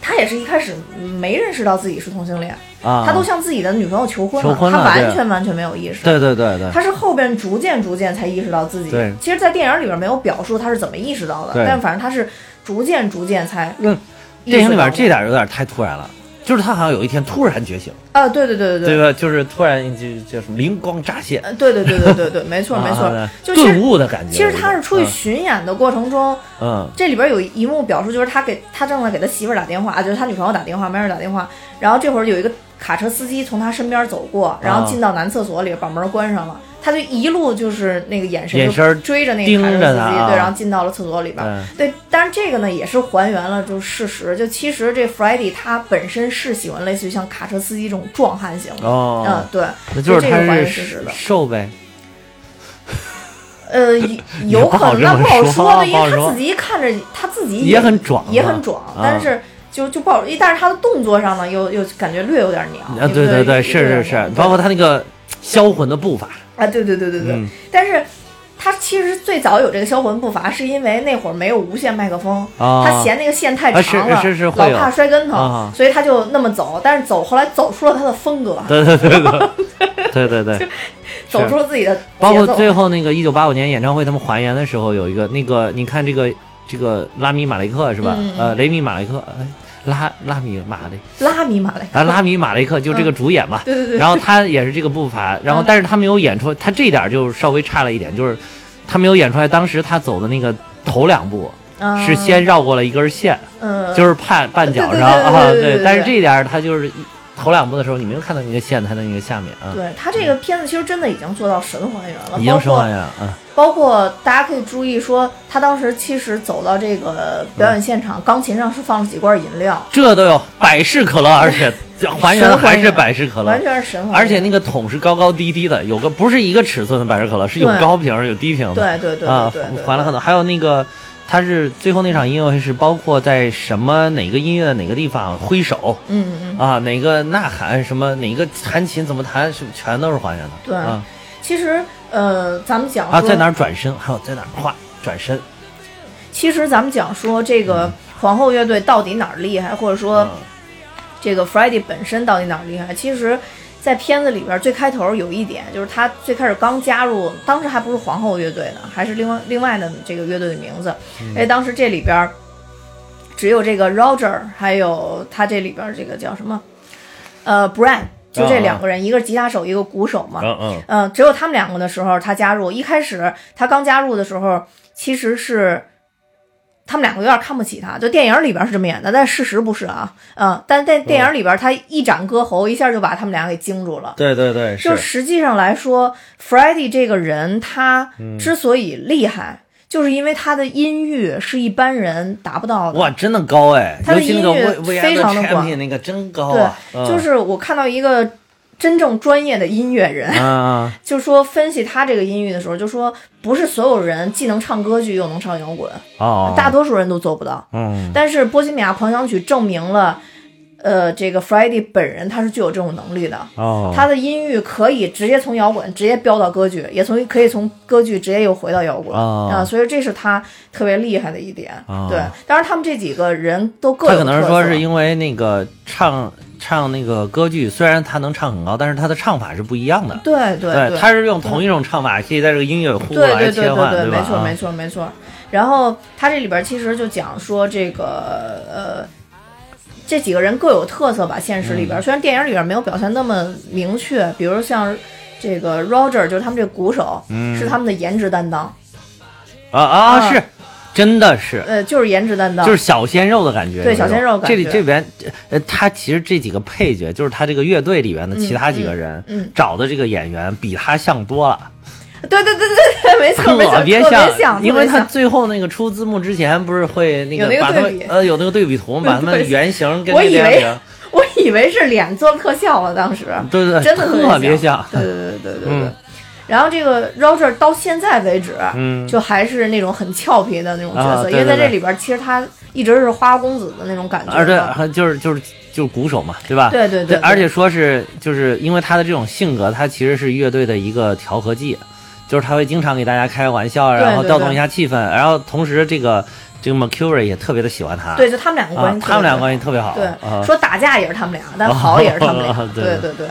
Speaker 2: 他也是一开始没认识到自己是同性恋，
Speaker 3: 啊，
Speaker 2: 他都向自己的女朋友求婚了，
Speaker 3: 求婚
Speaker 2: 他
Speaker 3: 了
Speaker 2: 完
Speaker 3: 对
Speaker 2: 全完全没有意识。
Speaker 3: 对对对对，
Speaker 2: 他是后边逐渐逐渐才意识到自己
Speaker 3: 对。
Speaker 2: 其实，在电影里边没有表述他是怎么意识到的，
Speaker 3: 对
Speaker 2: 但反正他是逐渐逐渐才意
Speaker 3: 那
Speaker 2: 识到的。
Speaker 3: 嗯电影里边这点有点太突然了，就是他好像有一天突然觉醒，
Speaker 2: 啊，对对对对
Speaker 3: 对
Speaker 2: 对。
Speaker 3: 吧？就是突然就叫什么灵光乍现，
Speaker 2: 呃对对对对对对，没错没错
Speaker 3: 啊，
Speaker 2: 就其
Speaker 3: 顿
Speaker 2: 实
Speaker 3: 悟的感觉。
Speaker 2: 其实他是出去巡演的过程中，
Speaker 3: 啊嗯
Speaker 2: 这里边有一幕表述，就是他给他正在给他媳妇儿打电话，啊就是他女朋友打电话，没人打电话。然后这会儿有一个卡车司机从他身边走
Speaker 3: 啊
Speaker 2: 过，然后进到男厕所里，把门关上了。他就一路就是那个眼神，
Speaker 3: 眼神
Speaker 2: 就
Speaker 3: 儿
Speaker 2: 追着那个卡车司机，
Speaker 3: 盯着他啊嗯
Speaker 2: 对，然后进到了厕所里边。对，但是这个呢也是还原了就是事实，就其实这 f r e d d y 他本身是喜欢类似于像卡车司机这种壮汉型的，
Speaker 3: 哦
Speaker 2: 嗯，对，
Speaker 3: 那就是
Speaker 2: 这个还
Speaker 3: 他
Speaker 2: 原事实
Speaker 3: 是
Speaker 2: 的。
Speaker 3: 瘦呗，
Speaker 2: 呃， 有
Speaker 3: 不
Speaker 2: 可
Speaker 3: 好
Speaker 2: 能，
Speaker 3: 这
Speaker 2: 那
Speaker 3: 么
Speaker 2: 不好
Speaker 3: 说
Speaker 2: 说
Speaker 3: 啊
Speaker 2: 的，因
Speaker 3: 不好
Speaker 2: 为他
Speaker 3: 说
Speaker 2: 自己看着他自己
Speaker 3: 也很壮
Speaker 2: 也
Speaker 3: 啊
Speaker 2: 很壮，
Speaker 3: 啊
Speaker 2: 但是就就不好，但是他的动作上呢，又又感觉略有点娘。
Speaker 3: 啊，对
Speaker 2: 对
Speaker 3: 对，是是是，包括他那个销魂的步伐，
Speaker 2: 啊，对对对对对，
Speaker 3: 嗯
Speaker 2: 但是。他其实最早有这个销魂步伐，是因为那会儿没有无线麦克风，
Speaker 3: 啊
Speaker 2: 他嫌那个线太
Speaker 3: 啊
Speaker 2: 长了，
Speaker 3: 是是是会
Speaker 2: 老
Speaker 3: 有
Speaker 2: 怕摔跟头，
Speaker 3: 啊
Speaker 2: 所以他就那么走。但是走后来走出了他的风格，
Speaker 3: 对对对 对对对对，
Speaker 2: 走出了自己的节奏。
Speaker 3: 包括最后那个一九八五年演唱会，他们还原的时候有一个那个，你看这个这个拉米马雷克是吧？
Speaker 2: 嗯
Speaker 3: 呃，雷米马雷克，哎，拉拉米马雷。
Speaker 2: 拉米马雷，
Speaker 3: 啊，拉米马雷克就这个主演 嘛，
Speaker 2: 对对对嗯
Speaker 3: 然后他也是这个步伐，然后但是他没有演出，他这一点儿就稍微差了一点，就是他没有演出来当时他走的那个头两步
Speaker 2: 啊
Speaker 3: 是先绕过了一根线，
Speaker 2: 嗯，
Speaker 3: 就是绊绊脚
Speaker 2: 对对对
Speaker 3: 上
Speaker 2: 对
Speaker 3: 啊，
Speaker 2: 对对对
Speaker 3: 但是这一点儿他就是一头两步的时候，你没有看到那个线，他在那个下面啊，
Speaker 2: 对他这个片子其实真的已经做到神还原了，
Speaker 3: 已
Speaker 2: 包
Speaker 3: 经说
Speaker 2: 括
Speaker 3: 完了啊，
Speaker 2: 包括大家可以注意说，他当时其实走到这个表演现场，钢琴上是放了几罐饮料，
Speaker 3: 这都有百事可乐，而且还原的
Speaker 2: 神还
Speaker 3: 还
Speaker 2: 原
Speaker 3: 是百事可乐
Speaker 2: 完。全是神还原。
Speaker 3: 而且那个桶是高高低低的，有个不是一个尺寸的百事可乐，是有
Speaker 2: 对
Speaker 3: 高瓶儿有低瓶的。
Speaker 2: 对对对
Speaker 3: 啊
Speaker 2: 对对，对，
Speaker 3: 还了很多。还有那个，他是最后那场音乐会是包括在什么哪个音乐哪个地方挥手
Speaker 2: 嗯嗯。
Speaker 3: 啊，哪个呐喊什么，哪个弹琴怎么弹，是全都是还原的。
Speaker 2: 对
Speaker 3: 啊
Speaker 2: 其实呃，咱们讲
Speaker 3: 啊，在哪
Speaker 2: 说，
Speaker 3: 儿转身，还有在哪儿画转身，
Speaker 2: 其实咱们讲说这个皇后乐队到底哪儿厉害，或者说
Speaker 3: 嗯
Speaker 2: 这个 Freddie 本身到底哪儿厉害？其实，在片子里边最开头有一点，就是他最开始刚加入，当时还不是皇后乐队呢，还是另外另外的这个乐队的名字。因为当时这里边只有这个 Roger，还有他这里边这个叫什么，呃，Brad，就这两个人，一个是吉他手，一个鼓手嘛。
Speaker 3: 嗯嗯，
Speaker 2: 嗯，只有他们两个的时候，他加入。一开始他刚加入的时候，其实是他们两个有点看不起他，就电影里边是这么演的，但事实不是啊。嗯，但在电影里边，他一展歌喉，一下就把他们俩给惊住了。
Speaker 3: 对对对，
Speaker 2: 就实际上来说 f r e d d y 这个人，他之所以厉害，就是因为他的音域是一般人达不到的。
Speaker 3: 哇，真的高哎，
Speaker 2: 他的
Speaker 3: 尤其那
Speaker 2: 音
Speaker 3: 个
Speaker 2: 乐
Speaker 3: V V
Speaker 2: 非
Speaker 3: I 的
Speaker 2: 常地
Speaker 3: champion
Speaker 2: 广
Speaker 3: 那个真高
Speaker 2: 对
Speaker 3: 啊，，嗯
Speaker 2: 就是我看到一个真正专业的音乐人，
Speaker 3: 啊，
Speaker 2: 就说分析他这个音域的时候，就说不是所有人既能唱歌剧又能唱摇滚，
Speaker 3: 哦，
Speaker 2: 大多数人都做不到。
Speaker 3: 嗯，
Speaker 2: 但是《波西米亚狂想曲》证明了，呃，这个 Freddie 本人他是具有这种能力的。
Speaker 3: 哦，
Speaker 2: 他的音域可以直接从摇滚直接飙到歌剧，也从可以从歌剧直接又回到摇滚、
Speaker 3: 哦
Speaker 2: 啊，所以这是他特别厉害的一点。
Speaker 3: 哦
Speaker 2: 对，当然他们这几个人都各
Speaker 3: 他
Speaker 2: 有
Speaker 3: 可能
Speaker 2: 特
Speaker 3: 是
Speaker 2: 色
Speaker 3: 说是因为那个唱唱那个歌剧，虽然他能唱很高，但是他的唱法是不一样的。
Speaker 2: 对对对，
Speaker 3: 哎他是用同一种唱法，可以在这个音乐呼
Speaker 2: 对
Speaker 3: 来
Speaker 2: 对对
Speaker 3: 切
Speaker 2: 对
Speaker 3: 换，
Speaker 2: 对，
Speaker 3: 吧？
Speaker 2: 没错
Speaker 3: 啊
Speaker 2: 没错没错。然后他这里边其实就讲说这个呃。这几个人各有特色吧，现实里
Speaker 3: 嗯
Speaker 2: 边、虽然电影里边没有表现那么明确，比如像这个 Roger 就是他们这个鼓手、
Speaker 3: 嗯
Speaker 2: 是他们的颜值担当，
Speaker 3: 啊啊
Speaker 2: 啊
Speaker 3: 是，真的是。
Speaker 2: 呃，就是颜值担当，
Speaker 3: 就是小鲜肉的感觉，
Speaker 2: 对
Speaker 3: 有一种
Speaker 2: 小鲜肉感觉
Speaker 3: 这里这边，呃，他其实这几个配角，就是他这个乐队里边的其他几个人，
Speaker 2: 嗯嗯
Speaker 3: 找的这个演员比他像多了，
Speaker 2: 对对对对对，没错没错，
Speaker 3: 特
Speaker 2: 特别像，
Speaker 3: 因为
Speaker 2: 特别
Speaker 3: 他
Speaker 2: 像
Speaker 3: 最后那个出字幕之前不是会那
Speaker 2: 有那个
Speaker 3: 把他
Speaker 2: 对
Speaker 3: 们
Speaker 2: 比
Speaker 3: 呃有那个对比 图，把他们的
Speaker 2: 对
Speaker 3: 原型跟
Speaker 2: 我
Speaker 3: 那
Speaker 2: 以
Speaker 3: 电
Speaker 2: 为
Speaker 3: 影
Speaker 2: 我以为是脸做特效了，当时
Speaker 3: 对对对
Speaker 2: 真的
Speaker 3: 特别
Speaker 2: 像
Speaker 3: 像，
Speaker 2: 对对对对对对。
Speaker 3: 嗯
Speaker 2: 然后这个 Roger 到现在为止，
Speaker 3: 嗯
Speaker 2: 就还是那种很俏皮的那种角色，
Speaker 3: 啊对
Speaker 2: 因为在
Speaker 3: 对啊
Speaker 2: 这里边其实他一直是花花公子的那种感觉。
Speaker 3: 而且还就是就是就是鼓手嘛，对吧？
Speaker 2: 对对对对
Speaker 3: 而且说是就是因为他的这种性格，他其实是乐队的一个调和剂，就是他会经常给大家开玩笑，
Speaker 2: 对
Speaker 3: 然后
Speaker 2: 对
Speaker 3: 调动一下气氛，然后同时这个这个 Mercury 也特别的喜欢他，
Speaker 2: 对，就他们两个关
Speaker 3: 啊
Speaker 2: 系、，
Speaker 3: 他们俩关系特别好，
Speaker 2: 对，
Speaker 3: 啊
Speaker 2: 说打架也是他们俩，但好也是他们俩。
Speaker 3: 对嗯
Speaker 2: 对对对。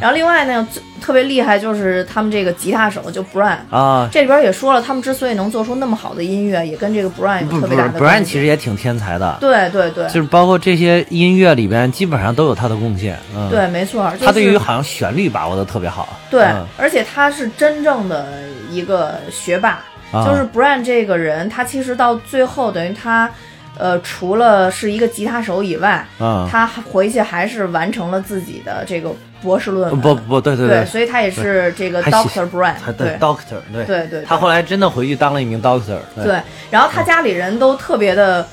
Speaker 2: 然后另外呢，最特别厉害就是他们这个吉他手就 Brian，
Speaker 3: 啊，
Speaker 2: 这里边也说了，他们之所以能做出那么好的音乐，也跟这个 Brian 有特
Speaker 3: 不不
Speaker 2: 别
Speaker 3: 是
Speaker 2: 大的
Speaker 3: ，Brian
Speaker 2: 关
Speaker 3: 其
Speaker 2: 系。
Speaker 3: 实也挺天才的，
Speaker 2: 对对对，
Speaker 3: 就是包括这些音乐里边，基本上都有他的贡献，嗯，
Speaker 2: 对，没错，就是、
Speaker 3: 他对于好像旋律把握的特别好，
Speaker 2: 对、
Speaker 3: 嗯
Speaker 2: 而且他是真正的一个学霸，
Speaker 3: 啊
Speaker 2: 就是 Brian 这个人，他其实到最后等于他，呃，除了是一个吉他手以外，
Speaker 3: 嗯，
Speaker 2: 他回去还是完成了自己的这个博士论文。
Speaker 3: 不不对对
Speaker 2: 对所以他也是这个
Speaker 3: 还写
Speaker 2: Doctor Brian，
Speaker 3: 他
Speaker 2: 对
Speaker 3: 的 doctor，对
Speaker 2: 对对
Speaker 3: 他后来真的回去当了一名 doctor，对
Speaker 2: 对，然后他家里人都特别的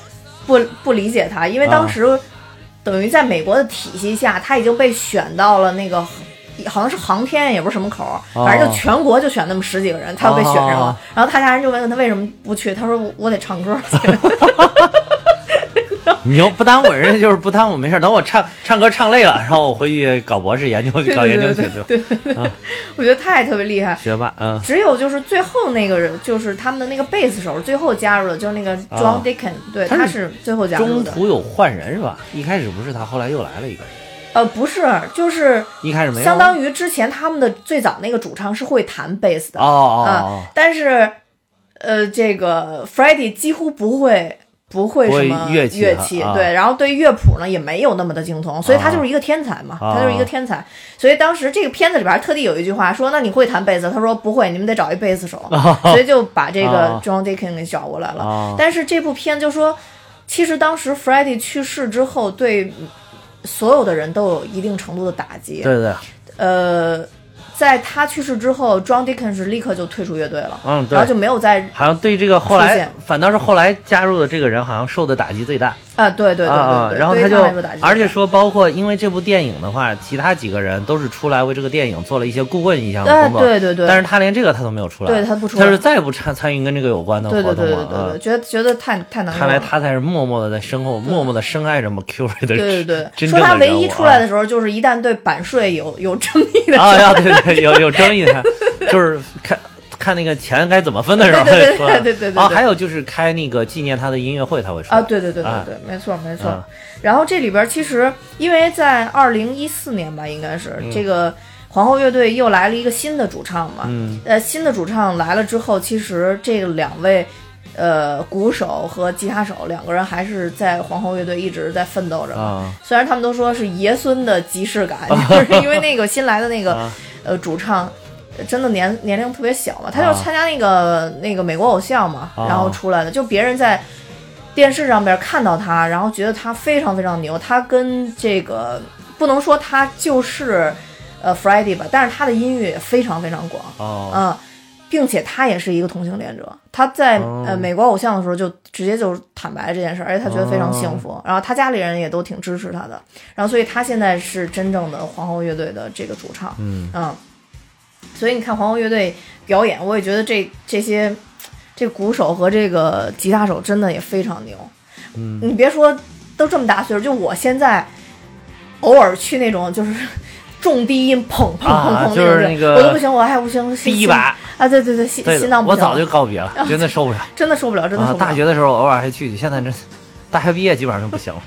Speaker 2: 不不理解他，因为
Speaker 3: 啊
Speaker 2: 当时等于在美国的体系下，他已经被选到了那个好像是航天也不是什么口儿，
Speaker 3: 哦
Speaker 2: 反正就全国就选那么十几个人，他又被选上了
Speaker 3: 哦。
Speaker 2: 然后他家人就问他为什么不去，他说我我得唱歌 去。
Speaker 3: 你又不耽误人家，就是不耽误，没事儿。等我唱唱歌唱累了，然后我回去搞博士研究，
Speaker 2: 对
Speaker 3: 搞
Speaker 2: 对
Speaker 3: 研究
Speaker 2: 对
Speaker 3: 去
Speaker 2: 对，对对对，我觉得他也特别厉害。
Speaker 3: 学霸，嗯，
Speaker 2: 只有就是最后那个人，就是他们的那个贝斯手，最后加入的，就是那个 John
Speaker 3: 哦
Speaker 2: Deacon，、对，
Speaker 3: 他
Speaker 2: 他
Speaker 3: 是
Speaker 2: 是最后加入
Speaker 3: 中
Speaker 2: 的。
Speaker 3: 途有换人是吧？一开始不是他，后来又来了一个人，
Speaker 2: 呃，不是，就是
Speaker 3: 一开始没有，啊
Speaker 2: 相当于之前他们的最早那个主唱是会弹贝斯的
Speaker 3: 哦哦
Speaker 2: 啊、
Speaker 3: 哦，
Speaker 2: 但是呃，这个 f r e d d y 几乎不会不会什么
Speaker 3: 不会乐器啊
Speaker 2: 对，然后对乐谱呢也没有那么的精通，所以他就是一个天才嘛，
Speaker 3: 啊
Speaker 2: 他就是一个天才。所以当时这个片子里边还特地有一句话说：“那你会弹贝斯？”他说：“不会，你们得找一贝斯 手。所以就把这个
Speaker 3: 啊
Speaker 2: John Deacon 给找过来了。
Speaker 3: 啊
Speaker 2: 但是这部片就说，其实当时 f r e d d y 去世之后，对所有的人都有一定程度的打击。
Speaker 3: 对对，
Speaker 2: 呃，在他去世之后，John Deacon 是立刻就退出乐队了，
Speaker 3: 嗯对
Speaker 2: 然后就没有再
Speaker 3: 好像对这个
Speaker 2: 出
Speaker 3: 后来
Speaker 2: 现，
Speaker 3: 反倒是后来加入的这个人，好像受的打击最大
Speaker 2: 啊，对对对对对，
Speaker 3: 啊。然后
Speaker 2: 对于
Speaker 3: 他就
Speaker 2: 来说打击，
Speaker 3: 而且说，包括因为这部电影的话，其他几个人都是出来为这个电影做了一些顾问一项的
Speaker 2: 哎
Speaker 3: 工作，
Speaker 2: 对对对
Speaker 3: 但是他连这个他都没有出来，
Speaker 2: 对他不出
Speaker 3: 他
Speaker 2: 来
Speaker 3: 是再也不参参与跟这个有关的活
Speaker 2: 对
Speaker 3: 动
Speaker 2: 对
Speaker 3: 了，
Speaker 2: 对对对
Speaker 3: 啊
Speaker 2: 对，觉得觉得太太难过
Speaker 3: 看来
Speaker 2: 了。
Speaker 3: 他才是默默的在身后，默默的深爱着 Mercury 的
Speaker 2: 对对对，
Speaker 3: 真
Speaker 2: 说
Speaker 3: 正
Speaker 2: 他
Speaker 3: 的
Speaker 2: 唯
Speaker 3: 人
Speaker 2: 一
Speaker 3: 物啊
Speaker 2: 出来的时候，就是一旦对版税有有争议的时
Speaker 3: 啊，
Speaker 2: 候，
Speaker 3: 啊对对对，有有争议的，就是看看那个钱该怎么分的时候，
Speaker 2: 对对对
Speaker 3: 他就出来了
Speaker 2: 对对对对
Speaker 3: 啊，
Speaker 2: 对
Speaker 3: 还有就是开那个纪念他的音乐会，他会出来
Speaker 2: 啊，对对对对
Speaker 3: 啊
Speaker 2: 对，没错没错
Speaker 3: 啊。
Speaker 2: 然后这里边其实因为在二零一四年吧，应该
Speaker 3: 嗯
Speaker 2: 是这个皇后乐队又来了一个新的主唱嘛，
Speaker 3: 嗯
Speaker 2: 呃，新的主唱来了之后，其实这两位。呃，鼓手和吉他手两个人还是在皇后乐队一直在奋斗着嘛。
Speaker 3: 啊
Speaker 2: 虽然他们都说是爷孙的即视感， 就是因为那个新来的那个、
Speaker 3: 啊
Speaker 2: 呃主唱，呃真的年年龄特别小嘛，他就是
Speaker 3: 啊
Speaker 2: 参加那个、那个美国偶像嘛，
Speaker 3: 啊
Speaker 2: 然后出来的，就别人在电视上边看到他，然后觉得他非常非常牛。他跟这个不能说他就是呃 Friday 吧，但是他的音乐也非常非常广，
Speaker 3: 哦
Speaker 2: 嗯，并且他也是一个同性恋者，他在、呃美国偶像的时候就直接就坦白这件事，而且他觉得非常幸
Speaker 3: 哦
Speaker 2: 福，然后他家里人也都挺支持他的，然后所以他现在是真正的皇后乐队的这个主唱，嗯所以你看皇后乐队表演，我也觉得这这些这鼓手和这个吉他手真的也非常牛，嗯，你别说都这么大岁数，就我现在偶尔去那种就是。 重低音砰砰砰
Speaker 3: 啊
Speaker 2: 砰
Speaker 3: 就
Speaker 2: 种
Speaker 3: 是
Speaker 2: 地儿
Speaker 3: 那个
Speaker 2: 我都不行，我还不行，心
Speaker 3: 第一把
Speaker 2: 心啊，对对对，心
Speaker 3: 对
Speaker 2: 心
Speaker 3: 的，
Speaker 2: 脏不
Speaker 3: 我
Speaker 2: 行，
Speaker 3: 早就告别了，真的受不了
Speaker 2: 真的受不了，真的受
Speaker 3: 啊！
Speaker 2: 不了，
Speaker 3: 大学的时候偶尔还去去，现在这大学毕业基本上就不行了，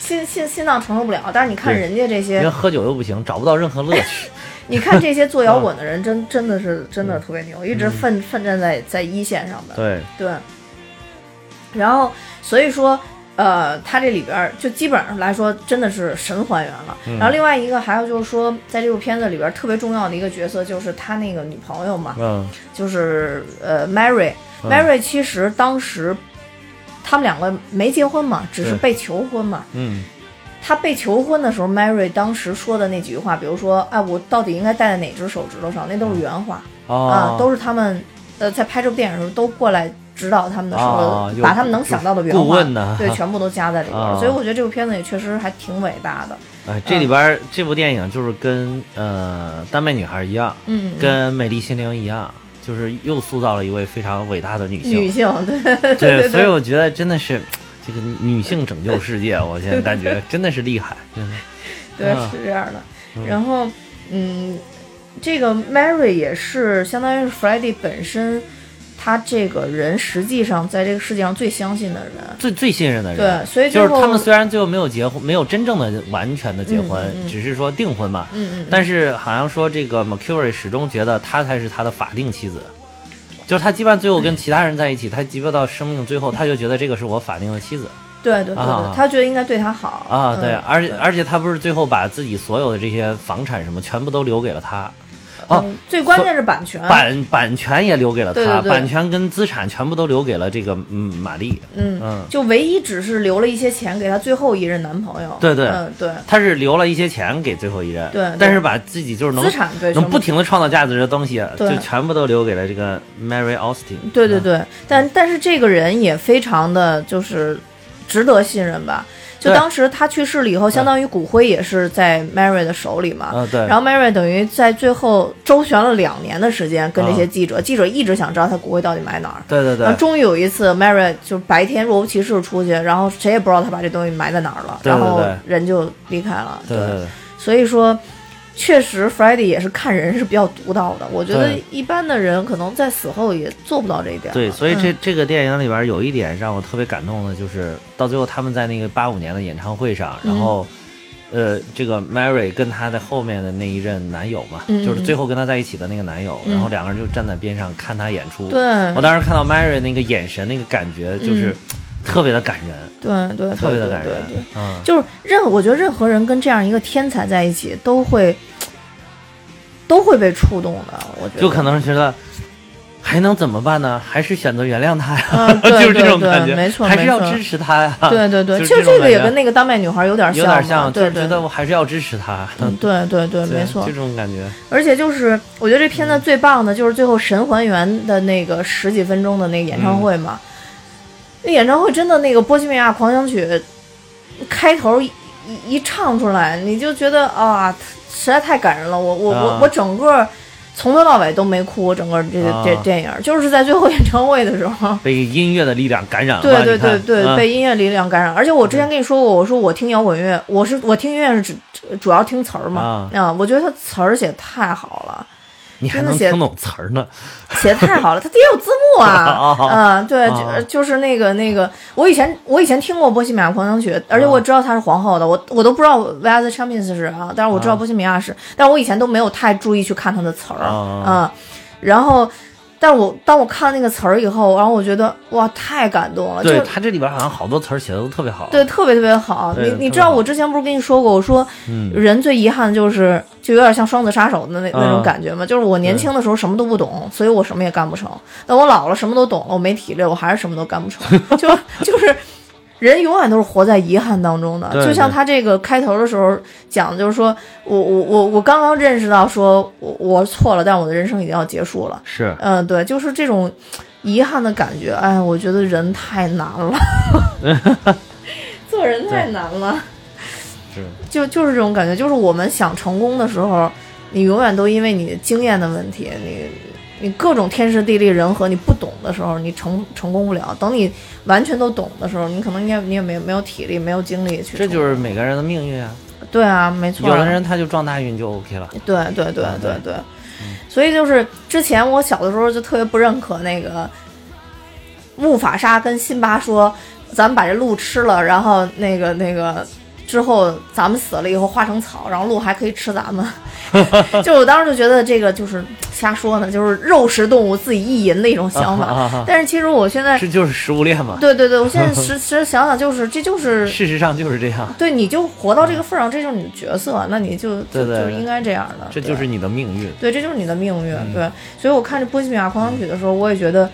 Speaker 2: 心心心脏承受不了。但是你看
Speaker 3: 对
Speaker 2: 人家这
Speaker 3: 因为
Speaker 2: 些，
Speaker 3: 喝酒又不行，找不到任何乐 趣。
Speaker 2: 你看这些
Speaker 3: 啊
Speaker 2: 做摇滚的人，真真的是真
Speaker 3: 嗯
Speaker 2: 的特别牛，一直奋奋战在在一线上的，
Speaker 3: 对，
Speaker 2: 对。然后所以说，呃，他这里边儿就基本上来说真的是神还原了。
Speaker 3: 嗯
Speaker 2: 然后另外一个还有就是说，在这部片子里边儿特别重要的一个角色就是他那个女朋友嘛，
Speaker 3: 嗯，
Speaker 2: 就是呃，Mary，Mary、
Speaker 3: 嗯
Speaker 2: Mary 其实当时他们两个没结婚嘛，只是
Speaker 3: 对
Speaker 2: 被求婚嘛。
Speaker 3: 嗯，
Speaker 2: 他被求婚的时候，Mary 当时说的那几句话，比如说，哎，我到底应该戴在哪只手指头上？那都是原话、
Speaker 3: 哦
Speaker 2: 啊，，都是他们呃在拍这部电影的时候都过来指导他们的时候，
Speaker 3: 哦有
Speaker 2: 把他们能想到的原
Speaker 3: 顾
Speaker 2: 话
Speaker 3: 问 呢，
Speaker 2: 对，全部都加在里边儿。
Speaker 3: 哦
Speaker 2: 所以我觉得这部片子也确实还挺伟大的。
Speaker 3: 哎，这
Speaker 2: 嗯
Speaker 3: 里边儿这部电影就是跟呃《丹麦女孩》一样，
Speaker 2: 嗯，
Speaker 3: 跟《美丽心灵》一样，就是又塑造了一位非常伟大的女性。
Speaker 2: 女性，对对
Speaker 3: 对，
Speaker 2: 对
Speaker 3: 所以我觉得真的是这个女性拯救世界，我现在感觉真的是厉害，真的。
Speaker 2: 对，
Speaker 3: 嗯
Speaker 2: 是这样的。然后，嗯，这个 Mary 也是相当于是 Freddy 本身，他这个人实际上在这个世界上最相信的人。
Speaker 3: 最最信任的人。
Speaker 2: 对，所以
Speaker 3: 啊就
Speaker 2: 最
Speaker 3: 是
Speaker 2: 后
Speaker 3: 他们虽然最后没有结婚，没有真正的完全的结婚，
Speaker 2: 嗯嗯嗯
Speaker 3: 只是说订婚嘛。
Speaker 2: 嗯嗯嗯
Speaker 3: 但是好像说这个 McCurry 始终觉得她才是他的法定妻子，就是他基本上最后跟其他人在一起，他即便到生命最后，他就觉得这个是我法定的妻子
Speaker 2: 对对对对，
Speaker 3: 啊
Speaker 2: 他觉得应该对他好
Speaker 3: 啊。对，
Speaker 2: 嗯
Speaker 3: 而且而且他不是最后把自己所有的这些房产什么全部都留给了他，哦
Speaker 2: 嗯最关键是版权，
Speaker 3: 版版权也留给了他，
Speaker 2: 对对对
Speaker 3: 版权跟资产全部都留给了这个嗯玛丽。
Speaker 2: 嗯
Speaker 3: 嗯
Speaker 2: 就唯一只是留了一些钱给她最后一任男朋友。
Speaker 3: 对对
Speaker 2: 嗯对，
Speaker 3: 他是留了一些钱给最后一任，
Speaker 2: 对对
Speaker 3: 但是把自己就是能
Speaker 2: 资产对
Speaker 3: 能
Speaker 2: 全部
Speaker 3: 不停的创造价值的东西，啊
Speaker 2: 对
Speaker 3: 就全部都留给了这个 Mary Austin。
Speaker 2: 对对
Speaker 3: 嗯，
Speaker 2: 对，但但是这个人也非常的就是值得信任吧。就
Speaker 3: 对
Speaker 2: 当时他去世了以后，相当于骨灰也是在 Mary 的手里嘛。
Speaker 3: 啊对
Speaker 2: 然后 Mary 等于在最后周旋了两年的时间，跟这些记者，记者一直想知道他骨灰到底埋哪儿。
Speaker 3: 嗯对对对
Speaker 2: 然后终于有一次，Mary 就白天若无其事地出去，然后谁也不知道他把这东西埋在哪儿了，
Speaker 3: 对对
Speaker 2: 然后
Speaker 3: 对
Speaker 2: 人就离开了。
Speaker 3: 对对对，
Speaker 2: 所以说，确实 f r e d d y 也是看人是比较独到的。我觉得
Speaker 3: 对
Speaker 2: 一般的人可能在死后也做不到这一点。嗯
Speaker 3: 对，所以这、这个电影里边有一点让我特别感动的，就是到最后他们在那个八五年的演唱会上，
Speaker 2: 嗯
Speaker 3: 然后。呃，这个 Mary 跟她的后面的那一任男友嘛，
Speaker 2: 嗯
Speaker 3: 就是最后跟她在一起的那个男友，然后两个人就站在边上看她演出。
Speaker 2: 对
Speaker 3: 我当时看到 Mary 那个眼神，那个感觉就是特别的感人，
Speaker 2: 对对，
Speaker 3: 特别的
Speaker 2: 对
Speaker 3: 感
Speaker 2: 对
Speaker 3: 人
Speaker 2: 对对。嗯，就是任，我觉得任何人跟这样一个天才在一起，都会都会被触动的。我觉得
Speaker 3: 就可能觉得还能怎么办呢？还是选择原谅他呀，
Speaker 2: 嗯对
Speaker 3: 就是这种
Speaker 2: 对对
Speaker 3: 感觉，
Speaker 2: 没错
Speaker 3: 还是要
Speaker 2: 没错
Speaker 3: 支持他呀。
Speaker 2: 对对对，
Speaker 3: 就是
Speaker 2: 其实
Speaker 3: 这
Speaker 2: 这
Speaker 3: 种
Speaker 2: 个也
Speaker 3: 感觉
Speaker 2: 跟那个当代女孩有点
Speaker 3: 有点
Speaker 2: 像嘛，
Speaker 3: 像，就
Speaker 2: 对
Speaker 3: 是
Speaker 2: 对
Speaker 3: 觉得我还是要支持他。
Speaker 2: 嗯对对对，
Speaker 3: 对
Speaker 2: 没错
Speaker 3: 就这。种感觉。
Speaker 2: 而且就是，我觉得这片子最棒的就是最后神还原的那个十几分钟的那个演唱会嘛。那演唱会真的那个《波西米亚狂想曲》开头一一一唱出来，你就觉得啊，实在太感人了。我我、我
Speaker 3: 啊
Speaker 2: 我整个从头到尾都没哭，整个这个、这
Speaker 3: 啊
Speaker 2: 电影就是在最后演唱会的时候。
Speaker 3: 被音乐的力量感染了，
Speaker 2: 对对
Speaker 3: 你看
Speaker 2: 对对，
Speaker 3: 嗯
Speaker 2: 被音乐力量感染。而且我之前跟你说过，我说我听摇滚乐，我是我听音乐是只主要听词儿嘛，啊我觉得他词儿写得太好了，
Speaker 3: 你还
Speaker 2: 真的
Speaker 3: 能
Speaker 2: 写
Speaker 3: 听懂词儿呢。
Speaker 2: 写的太好了，它也有字幕 啊
Speaker 3: 哦，哦
Speaker 2: 嗯，对，
Speaker 3: 哦
Speaker 2: 就就是那个那个，我以前我以前听过《波西米亚狂想曲》，而且我知道她是皇后的，我我都不知道 v i a t h Champions 是啊，但是我知道
Speaker 3: 啊
Speaker 2: 波西米亚是，但我以前都没有太注意去看它的词儿，
Speaker 3: 哦
Speaker 2: 嗯，然后，但我当我看那个词儿以后，然后我觉得哇，太感动了，就
Speaker 3: 对
Speaker 2: 是
Speaker 3: 他这里边好像好多词儿写的都特别好。
Speaker 2: 对，特别特别好。
Speaker 3: 对
Speaker 2: 你
Speaker 3: 特别
Speaker 2: 你知道
Speaker 3: 好嗯
Speaker 2: 我之前不是跟你说过，我说人最遗憾的就是就有点像双子杀手的那那种
Speaker 3: 啊
Speaker 2: 感觉嘛，就是我年轻的时候什么都不懂，所以我什么也 干不成。但我老了什么都懂了，我没体力，我还是什么都干不成，就就是。人永远都是活在遗憾当中的。
Speaker 3: 对
Speaker 2: 就像他这个开头的时候讲，的，就是说我我我我刚刚认识到说我我错了，但我的人生已经要结束了。
Speaker 3: 是
Speaker 2: 嗯，对，就是这种遗憾的感觉。哎，我觉得人太难 了，做人太难了。
Speaker 3: 是，
Speaker 2: 就就是这种感觉，就是我们想成功的时候，你永远都因为你经验的问题，你你各种天时地利人和，你不懂的时候，你成成功不了。等你完全都懂的时候，你可能你也你也没没有体力，没有精力去成功。
Speaker 3: 这就是每个人的命运啊。
Speaker 2: 对啊，没错
Speaker 3: 有
Speaker 2: 啊。
Speaker 3: 的人他就撞大运就 OK 了，
Speaker 2: 对对对
Speaker 3: 啊
Speaker 2: 对
Speaker 3: 对
Speaker 2: 对，所以就是之前我小的时候就特别不认可那个木法沙跟辛巴说，咱们把这鹿吃了，然后那个那个。之后咱们死了以后化成草，然后鹿还可以吃 咱们，就我当时就觉得这个就是瞎说呢，就是肉食动物自己意淫的一种想
Speaker 3: 啊啊
Speaker 2: 法
Speaker 3: 啊。
Speaker 2: 但是其实我现在，
Speaker 3: 这就是食物链嘛。
Speaker 2: 对对对，我现 在实实想想，就是这就是
Speaker 3: 事实上就是这样，
Speaker 2: 对，你就活到这个份儿上，这就是你的角色，那你就就
Speaker 3: 对对
Speaker 2: 就
Speaker 3: 对
Speaker 2: 应该这样的。
Speaker 3: 这
Speaker 2: 对
Speaker 3: 就是你的命运。
Speaker 2: 对，这就是你的命运。
Speaker 3: 嗯
Speaker 2: 对，所以我看这《波西米亚狂想曲》的时候，我也觉得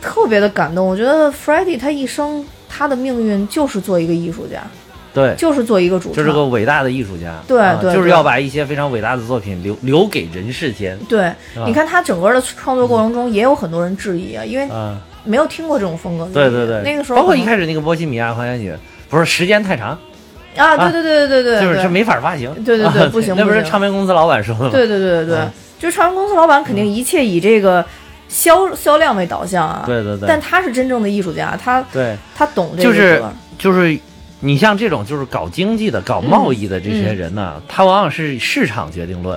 Speaker 2: 特别的感动。我觉得 f r e d d y 他一生他的命运就是做一个艺术家，
Speaker 3: 对，
Speaker 2: 就是做一个主唱。
Speaker 3: 就是个伟大的艺术家，
Speaker 2: 对
Speaker 3: 啊
Speaker 2: 对
Speaker 3: 就是
Speaker 2: 对
Speaker 3: 要把一些非常伟大的作品留留给人世间。
Speaker 2: 对，
Speaker 3: 啊
Speaker 2: 你看他整个的创作过程中，也有很多人质疑啊，因为
Speaker 3: 嗯啊，
Speaker 2: 没有听过这种风格的音乐。
Speaker 3: 对对对，
Speaker 2: 那个时候
Speaker 3: 包括
Speaker 2: 可
Speaker 3: 一
Speaker 2: 能
Speaker 3: 开始那个波西米亚狂想曲，不是时间太长，
Speaker 2: 啊，对对对对对对，
Speaker 3: 就是
Speaker 2: 对
Speaker 3: 这没法发行。
Speaker 2: 对对对
Speaker 3: 啊
Speaker 2: 不行
Speaker 3: 那不
Speaker 2: 不
Speaker 3: 是
Speaker 2: 行
Speaker 3: 唱片公司老板说的吗？
Speaker 2: 对对对对对
Speaker 3: 嗯，
Speaker 2: 就是唱片公司老板肯定一切以这个销销量为导向啊。
Speaker 3: 对对对
Speaker 2: 但他是真正的艺术家，他
Speaker 3: 对，
Speaker 2: 他懂这个
Speaker 3: 就
Speaker 2: 歌。
Speaker 3: 是就是你像这种就是搞经济的、
Speaker 2: 嗯
Speaker 3: 搞贸易的这些人呢，他往往是市场决定论，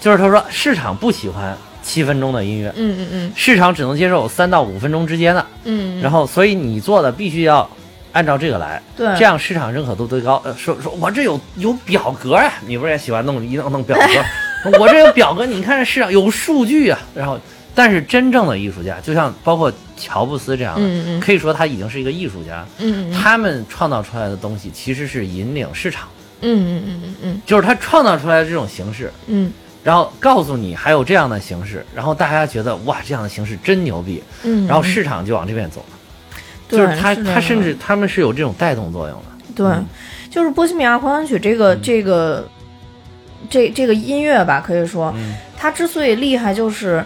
Speaker 3: 就是他说市场不喜欢七分钟的音乐，
Speaker 2: 嗯嗯嗯
Speaker 3: 市场只能接受三到五分钟之间的，
Speaker 2: 嗯，
Speaker 3: 然后所以你做的必须要按照这个来，
Speaker 2: 对
Speaker 3: 这样市场认可度最高。呃，说说我这有有表格呀、你不是也喜欢弄一弄弄表 格？我这有表格，你看这市场有数据啊。然后，但是真正的艺术家，就像包括乔布斯这样的，
Speaker 2: 嗯嗯
Speaker 3: 可以说他已经是一个艺术家。
Speaker 2: 嗯嗯
Speaker 3: 他们创造出来的东西其实是引领市场，
Speaker 2: 嗯嗯嗯
Speaker 3: 就是他创造出来的这种形式，
Speaker 2: 嗯
Speaker 3: 然后告诉你还有这样的形式，然后大家觉得哇，这样的形式真牛逼，
Speaker 2: 嗯，
Speaker 3: 然后市场就往这边走了。就
Speaker 2: 对
Speaker 3: 是他，
Speaker 2: 是这样
Speaker 3: 他甚至嗯他们是有这种带动作用的。
Speaker 2: 对，就是《波西米亚狂想曲》这
Speaker 3: 嗯
Speaker 2: 个这个这这个音乐吧，可以说
Speaker 3: 嗯
Speaker 2: 它之所以厉害，就是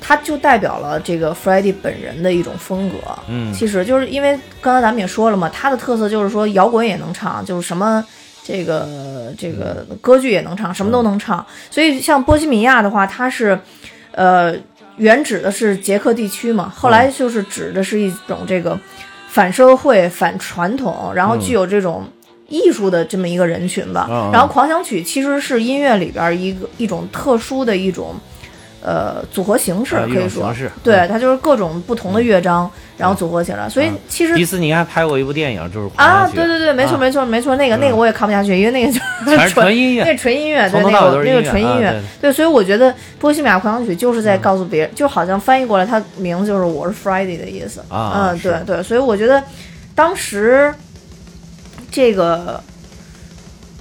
Speaker 2: 它就代表了这个 f r e d d y 本人的一种风格。
Speaker 3: 嗯
Speaker 2: 其实就是因为刚才咱们也说了嘛，它的特色就是说摇滚也能唱，就是什么。这个
Speaker 3: 嗯
Speaker 2: 这个歌剧也能唱，什么都能唱，所以像波西米亚的话，它是，呃，原指的是捷克地区
Speaker 3: 嗯
Speaker 2: 嘛，后来就是指的是一种这个反社会、反传统，然后具有这种艺术的这么一个人群吧。
Speaker 3: 嗯嗯
Speaker 2: 然后狂想曲其实是音乐里边一个一种特殊的一种。呃，组合形式
Speaker 3: 啊
Speaker 2: 可
Speaker 3: 一
Speaker 2: 以
Speaker 3: 种
Speaker 2: 说
Speaker 3: 形式，嗯
Speaker 2: 对，它就是各种不同的乐章，然后组合起来。所以其实
Speaker 3: 迪士尼还拍嗯过一部电影，就是狂
Speaker 2: 啊，
Speaker 3: 想曲
Speaker 2: 对对对，没错
Speaker 3: 啊
Speaker 2: 没错没错，那个那个我也看不下去，因为那个 就是
Speaker 3: 全是纯音
Speaker 2: 那
Speaker 3: 乐，
Speaker 2: 纯音乐，对
Speaker 3: 从头
Speaker 2: 那
Speaker 3: 到尾都
Speaker 2: 个
Speaker 3: 是
Speaker 2: 那
Speaker 3: 音乐
Speaker 2: 个纯音
Speaker 3: 啊
Speaker 2: 乐
Speaker 3: 对，嗯
Speaker 2: 对，所以我觉得《波西米亚狂想曲》就是在告诉别人，就好像翻译过来，它名字就是“我是 Friday” 的意思
Speaker 3: 啊
Speaker 2: 嗯，
Speaker 3: 是
Speaker 2: 对对，所以我觉得当时这个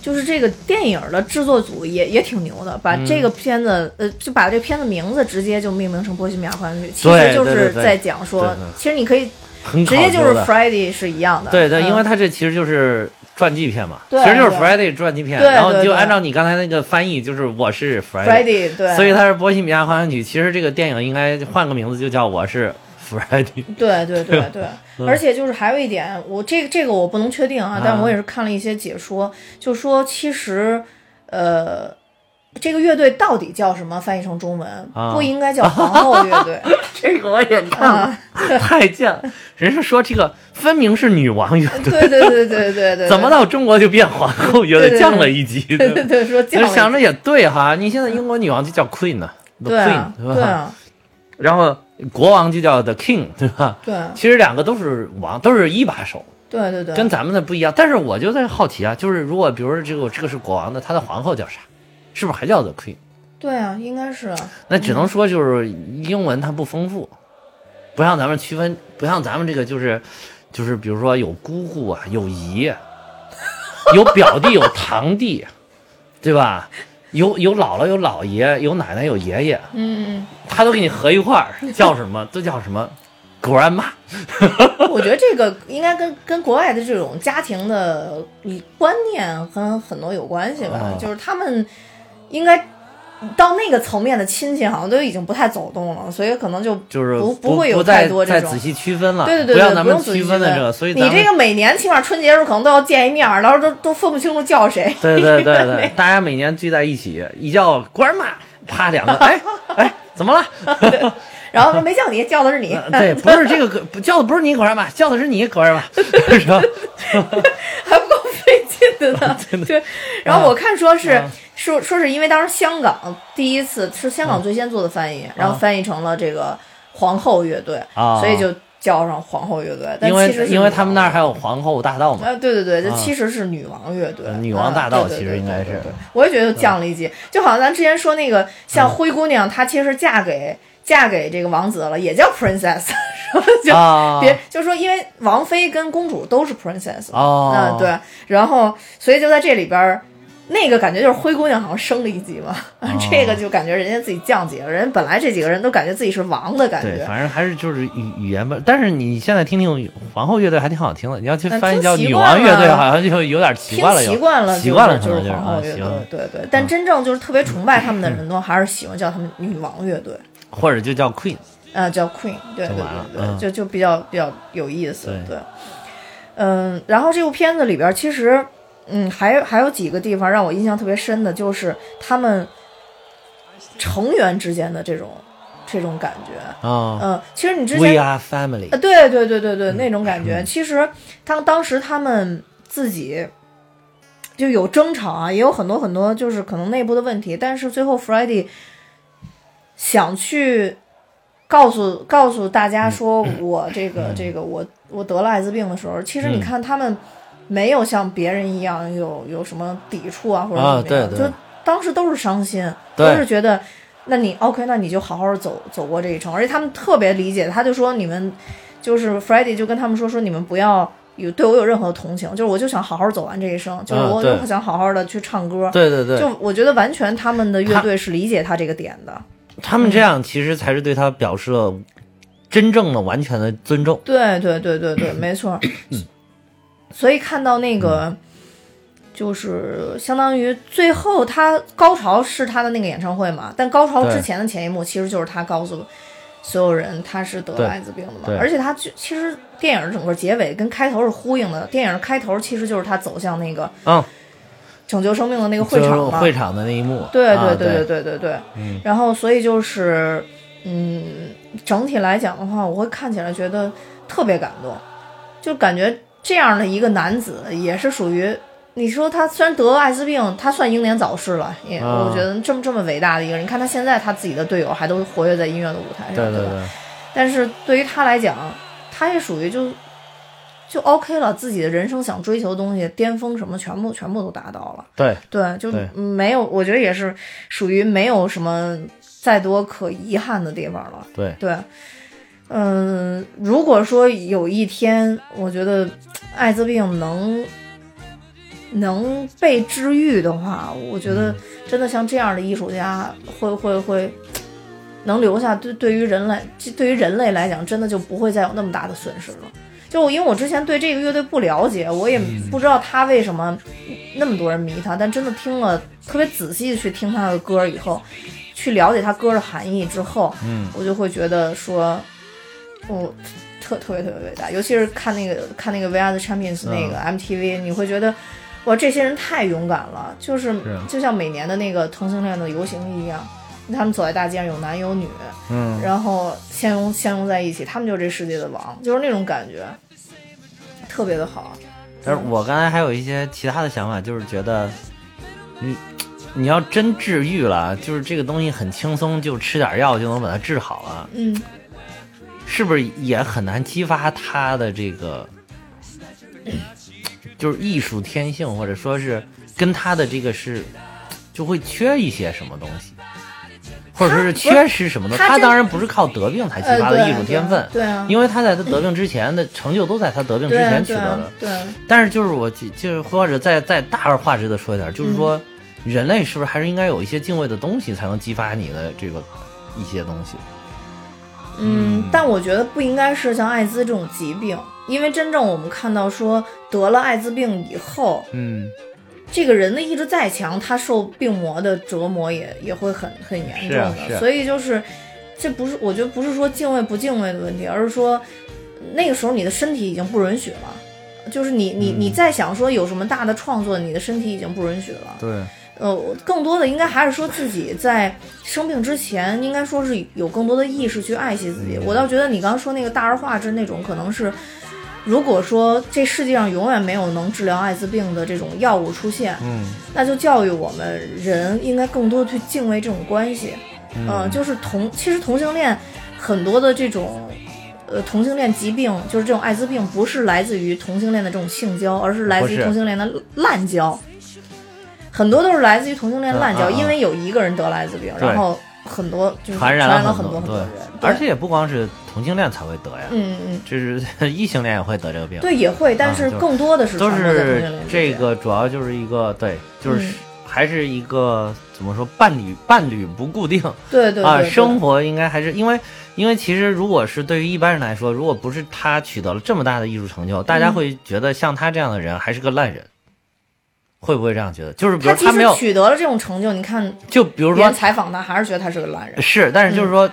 Speaker 2: 就是这个电影的制作组也也挺牛的，把
Speaker 3: 嗯
Speaker 2: 这个片子、呃就把这片子名字直接就命名成《波西米亚狂想曲》，其
Speaker 3: 对
Speaker 2: 实就
Speaker 3: 对
Speaker 2: 是
Speaker 3: 对对
Speaker 2: 在讲说，
Speaker 3: 对对
Speaker 2: 其实你可以
Speaker 3: 很
Speaker 2: 直
Speaker 3: 考
Speaker 2: 接就是
Speaker 3: 究的。
Speaker 2: Friday 是一样的，
Speaker 3: 对对，
Speaker 2: 嗯
Speaker 3: 因为它这其实就是传记片嘛，
Speaker 2: 对
Speaker 3: 其实就是
Speaker 2: 对
Speaker 3: Friday 传记片，
Speaker 2: 对
Speaker 3: 然后
Speaker 2: 对
Speaker 3: 就
Speaker 2: 对
Speaker 3: 按照你刚才那个翻译，就是我是 Friday，
Speaker 2: Friday 对，
Speaker 3: 哎所以它是《波西米亚狂想曲》。其实这个电影应该换个名字，就叫我是 Friday。
Speaker 2: 对对 对对，
Speaker 3: 嗯
Speaker 2: 而且就是还有一点，我这个这个我不能确定啊
Speaker 3: 啊，
Speaker 2: 但我也是看了一些解
Speaker 3: 嗯
Speaker 2: 说，就说其实，呃，这个乐队到底叫什么？翻译成中文、
Speaker 3: 啊
Speaker 2: 不应该叫皇后乐 队
Speaker 3: 这个我也看了
Speaker 2: 啊，！
Speaker 3: 太贱了！人家说这个分明是女王乐队，
Speaker 2: 对对对对对对，
Speaker 3: 怎么
Speaker 2: 了？
Speaker 3: 到中国就变皇后乐
Speaker 2: 对对
Speaker 3: 队，
Speaker 2: 对
Speaker 3: 降了一级？对
Speaker 2: 对
Speaker 3: 吧
Speaker 2: 对对，说
Speaker 3: 其实
Speaker 2: 叫
Speaker 3: 想着也对哈，你现在英国女王就叫 Queen 呢、t h e
Speaker 2: 对
Speaker 3: Queen
Speaker 2: 啊
Speaker 3: 对吧？
Speaker 2: 对啊
Speaker 3: 然后国王就叫 The King 对吧？
Speaker 2: 对啊
Speaker 3: 其实两个都是王，都是一把手，
Speaker 2: 对对对，
Speaker 3: 跟咱们的不一样。但是我就在好奇啊，就是如果比如说这个这个是国王的，他的皇后叫啥？是不是还叫 The Queen？
Speaker 2: 对啊，应该是啊
Speaker 3: 那只能说就是英文它不丰富，不像咱们区分，不像咱们这个就是就是比如说有姑姑啊，有姨啊，有表弟，有堂弟， 对吧？有有姥姥，有姥爷，有奶奶，有爷爷，
Speaker 2: 嗯嗯
Speaker 3: 他都给你合一块儿，叫什么都叫什么。果然骂，
Speaker 2: 我觉得这个应该跟跟国外的这种家庭的嗯观念跟很多有关系吧，
Speaker 3: 哦
Speaker 2: 就是他们应该。到那个层面的亲戚好像都已经不太走动了，所以可能就
Speaker 3: 就是
Speaker 2: 不
Speaker 3: 不
Speaker 2: 会有
Speaker 3: 不
Speaker 2: 太
Speaker 3: 再
Speaker 2: 多这
Speaker 3: 再
Speaker 2: 种
Speaker 3: 仔细区分了，
Speaker 2: 对对对
Speaker 3: 不
Speaker 2: 对，
Speaker 3: 像咱
Speaker 2: 不
Speaker 3: 们
Speaker 2: 用仔细
Speaker 3: 区分的这个，所以咱
Speaker 2: 你
Speaker 3: 们
Speaker 2: 这个每年起码春节时候可能都要见一面儿，到时候都都分不清楚叫谁。
Speaker 3: 对对对对，大家每年聚在一起，一叫果然骂，啪两个，哎哎，怎么了？
Speaker 2: 然后说没叫你，叫的是你。
Speaker 3: 呃对，不是这个不叫的不是你果然骂，叫的是你 果然骂，是吧？
Speaker 2: 还不够费劲的 呢。对，然后我看说是、
Speaker 3: 啊
Speaker 2: 说说是因为当时香港第一次是香
Speaker 3: 嗯
Speaker 2: 港最先做的翻译，然后翻译成了这个皇后乐队，
Speaker 3: 啊
Speaker 2: 所以就叫上皇后乐队。但
Speaker 3: 因
Speaker 2: 其实
Speaker 3: 为
Speaker 2: 是
Speaker 3: 因为他们那儿还
Speaker 2: 有。
Speaker 3: 有皇后大道嘛，
Speaker 2: 呃，对对对，这其实是女王乐队，
Speaker 3: 女王大道
Speaker 2: 啊对对
Speaker 3: 其实
Speaker 2: 对
Speaker 3: 应该
Speaker 2: 对
Speaker 3: 是嗯
Speaker 2: 对对我也觉得降了一级，就好像咱之前说那个，像灰姑娘，她其实嫁给嫁给这个王子了，也叫 princess，然后 就
Speaker 3: 啊
Speaker 2: 别就说，因为王妃跟公主都是 princess，嘛
Speaker 3: 哦
Speaker 2: 嗯，对，然后所以就在这里边儿，那个感觉就是灰姑娘好像升了一级嘛，
Speaker 3: 哦
Speaker 2: 这个就感觉人家自己降级了，人家本来这几个人都感觉自己是王的感
Speaker 3: 对，
Speaker 2: 觉，
Speaker 3: 反正还是就是语语言吧。但是你现在听听皇后乐队还挺好听的，你要去翻译叫
Speaker 2: 嗯听
Speaker 3: 女
Speaker 2: 习惯
Speaker 3: 王乐队，
Speaker 2: 了
Speaker 3: 好像就有点奇
Speaker 2: 听
Speaker 3: 怪了又，
Speaker 2: 习惯了，
Speaker 3: 习惯了，
Speaker 2: 就是
Speaker 3: 可能
Speaker 2: 就是皇后
Speaker 3: 啊
Speaker 2: 乐队
Speaker 3: 行，，嗯
Speaker 2: 对对，但真正就是特别崇拜他们的人呢，还是喜欢叫他们女王乐队，
Speaker 3: 或者就叫 Queen，
Speaker 2: 啊，叫 Queen，对
Speaker 3: 就
Speaker 2: 对
Speaker 3: 完了
Speaker 2: 对对，
Speaker 3: 嗯
Speaker 2: 就就比较比较有意思，
Speaker 3: 对
Speaker 2: 对，嗯，然后这部片子里边儿其实，嗯，还有还有几个地方让我印象特别深的，就是他们成员之间的这种这种感觉，
Speaker 3: 啊
Speaker 2: 嗯，其实你之
Speaker 3: ，We
Speaker 2: 前啊，
Speaker 3: Are Family，
Speaker 2: 对对对对对，
Speaker 3: 嗯
Speaker 2: 那种感觉，其实当当时他们自己。就有争吵啊，也有很多很多，就是可能内部的问题。但是最后 f r e d d y 想去告诉告诉大家说，
Speaker 3: 嗯
Speaker 2: 我这个、这个我我得了艾滋病的时候，其实你
Speaker 3: 嗯
Speaker 2: 看他们没有像别人一样有有什么抵触啊或者
Speaker 3: 啊
Speaker 2: 怎么样，
Speaker 3: 对对
Speaker 2: 就当时都是伤心，
Speaker 3: 对
Speaker 2: 都是觉得。那你 OK，那你就好好走走过这一程，而且他们特别理解，他就说你们就是 f r e d d y 就跟他们说说你们不要有对我有任何同情，就是我就想好好走完这一生，就是
Speaker 3: 嗯
Speaker 2: 我
Speaker 3: 对
Speaker 2: 就想好好的去唱歌，
Speaker 3: 对对对，
Speaker 2: 就我觉得完全他们的乐队是理解他这个点的，
Speaker 3: 他们这样其实才是对他表示了真正的完全的尊重。
Speaker 2: 对对对对对，没错。 所以看到那个，
Speaker 3: 嗯
Speaker 2: 就是相当于最后他高潮是他的那个演唱会嘛，但高潮之
Speaker 3: 对
Speaker 2: 前的前一幕其实就是他告诉所有人他是得
Speaker 3: 对
Speaker 2: 了艾滋病的
Speaker 3: 对
Speaker 2: 嘛，而且他就其实电影整个结尾跟开头是呼应的，电影开头其实就是他走向那个
Speaker 3: 嗯，
Speaker 2: 拯救生命的那个
Speaker 3: 就
Speaker 2: 会
Speaker 3: 是
Speaker 2: 场嘛，
Speaker 3: 会场的那一幕，
Speaker 2: 对对
Speaker 3: 啊对嗯
Speaker 2: 对对对对，然后所以就是，嗯，整体来讲的话，我会看起来觉得特别感动，就感觉这样的一个男子也是属于，你说他虽然得艾滋病，他算英年早逝了，也、
Speaker 3: 啊
Speaker 2: 我觉得这么这么伟大的一个人，你看他现在他自己的队友还都活跃在音乐的舞台上，
Speaker 3: 对
Speaker 2: 吧？
Speaker 3: 对，
Speaker 2: 但是对于他来讲，他也属于就就 OK 了，自己的人生想追求的东西，巅峰什么全部全部都达到了。
Speaker 3: 对
Speaker 2: 对，就
Speaker 3: 对
Speaker 2: 没有，我觉得也是属于没有什么再多可遗憾的地方了。
Speaker 3: 对，
Speaker 2: 对，嗯、如果说有一天，我觉得艾滋病能能被治愈的话，我觉得真的像这样的艺术家会会会能留下对对于人类，这对于人类来讲，真的就不会再有那么大的损失了。就我因为我之前对这个乐队不了解，我也不知道他为什么那么多人迷他，但真的听了特别仔细地去听他的歌以后，去了解他歌的含义之后，
Speaker 3: 嗯，
Speaker 2: 我就会觉得说，我特特别特别伟大，尤其是看那个看那个《VR 的 Champions》那
Speaker 3: 嗯
Speaker 2: 个 MTV，、你会觉得。哇，这些人太勇敢了，就是
Speaker 3: 是
Speaker 2: 就像每年的那个同性恋的游行一样，他们走在大街上有男有女，
Speaker 3: 嗯，
Speaker 2: 然后相拥相拥在一起，他们就是这世界的王，就是那种感觉，特别的好。
Speaker 3: 但是我刚才还有一些其他的想法，就是觉得你你要真治愈了，就是这个东西很轻松，就吃点药就能把它治好了，
Speaker 2: 嗯，
Speaker 3: 是不是也很难激发他的这个 就是艺术天性，或者说是跟他的这个是就会缺一些什么东西，或者说是缺失什么东西？
Speaker 2: 他
Speaker 3: 他
Speaker 2: 这
Speaker 3: 当然不是靠得病才激
Speaker 2: 呃，
Speaker 3: 发
Speaker 2: 对
Speaker 3: 的艺术天分，
Speaker 2: 对啊，
Speaker 3: 因为他在他得病之前的成就都在他得病之
Speaker 2: 对啊
Speaker 3: 前取
Speaker 2: 对
Speaker 3: 得
Speaker 2: 啊
Speaker 3: 的。
Speaker 2: 对啊，
Speaker 3: 但是就是我就就是或者再再大而化之的说一点，就是
Speaker 2: 嗯
Speaker 3: 说人类是不是还是应该有一些敬畏的东西，才能激发你的这个一些东西？
Speaker 2: 嗯，但我觉得不应该是像艾滋这种疾病，因为真正我们看到说得了艾滋病以后，
Speaker 4: 嗯，
Speaker 2: 这个人的意志再强，他受病魔的折磨也也会很很严
Speaker 4: 是
Speaker 2: 重的。
Speaker 4: 啊是啊
Speaker 2: 所以就是，这不是我觉得不是说敬畏不敬畏的问题，而是说那个时候你的身体已经不允许了，就是你你
Speaker 4: 嗯
Speaker 2: 你再想说有什么大的创作，你的身体已经不允许了。
Speaker 4: 对，
Speaker 2: 呃，我更多的应该还是说自己在生病之前，应该说是有更多的意识去爱惜自
Speaker 4: 嗯
Speaker 2: 己。我倒觉得你刚刚说那个大而化之那种，可能是如果说这世界上永远没有能治疗艾滋病的这种药物出现，
Speaker 4: 嗯
Speaker 2: 那就教育我们人应该更多地去敬畏这种关系。嗯、就是同其实同性恋很多的这种。呃，同性恋疾病就是这种艾滋病，不是来自于同性恋的这种性交，而是来自于
Speaker 4: 不是
Speaker 2: 同性恋的滥交。很多都是来自于同性恋滥交，
Speaker 3: 嗯嗯嗯
Speaker 2: 因为有一个人得了艾滋病，
Speaker 3: 对
Speaker 2: 然后很多就是
Speaker 3: 传染
Speaker 2: 了
Speaker 3: 了
Speaker 2: 很
Speaker 3: 多，
Speaker 2: 很多人，对
Speaker 3: 而且也不光是同性恋才会得呀，
Speaker 2: 嗯嗯，
Speaker 3: 就是异性恋也会得这个病，
Speaker 2: 对也会，但是
Speaker 3: 啊就是
Speaker 2: 更多的是
Speaker 3: 都
Speaker 2: 传播在同性
Speaker 3: 是
Speaker 2: 恋之
Speaker 3: 这
Speaker 2: 间，
Speaker 3: 个主要就是一个对，就是
Speaker 2: 嗯
Speaker 3: 还是一个怎么说伴侣伴侣不固定
Speaker 2: 对对
Speaker 3: 啊，
Speaker 2: 对
Speaker 3: 生活应该还是因为因为其实如果是对于一般人来说，如果不是他取得了这么大的艺术成就，大
Speaker 2: 嗯
Speaker 3: 家会觉得像他这样的人还是个烂人。会不会这样觉得？就是比
Speaker 2: 他
Speaker 3: 如
Speaker 2: 即
Speaker 3: 他没
Speaker 2: 使
Speaker 3: 有，
Speaker 2: 取得了这种成就，你看
Speaker 3: 就比如
Speaker 2: 别
Speaker 3: 说
Speaker 2: 人采访他，还是觉得他是个烂人。
Speaker 3: 是，但
Speaker 2: 嗯
Speaker 3: 是就是说，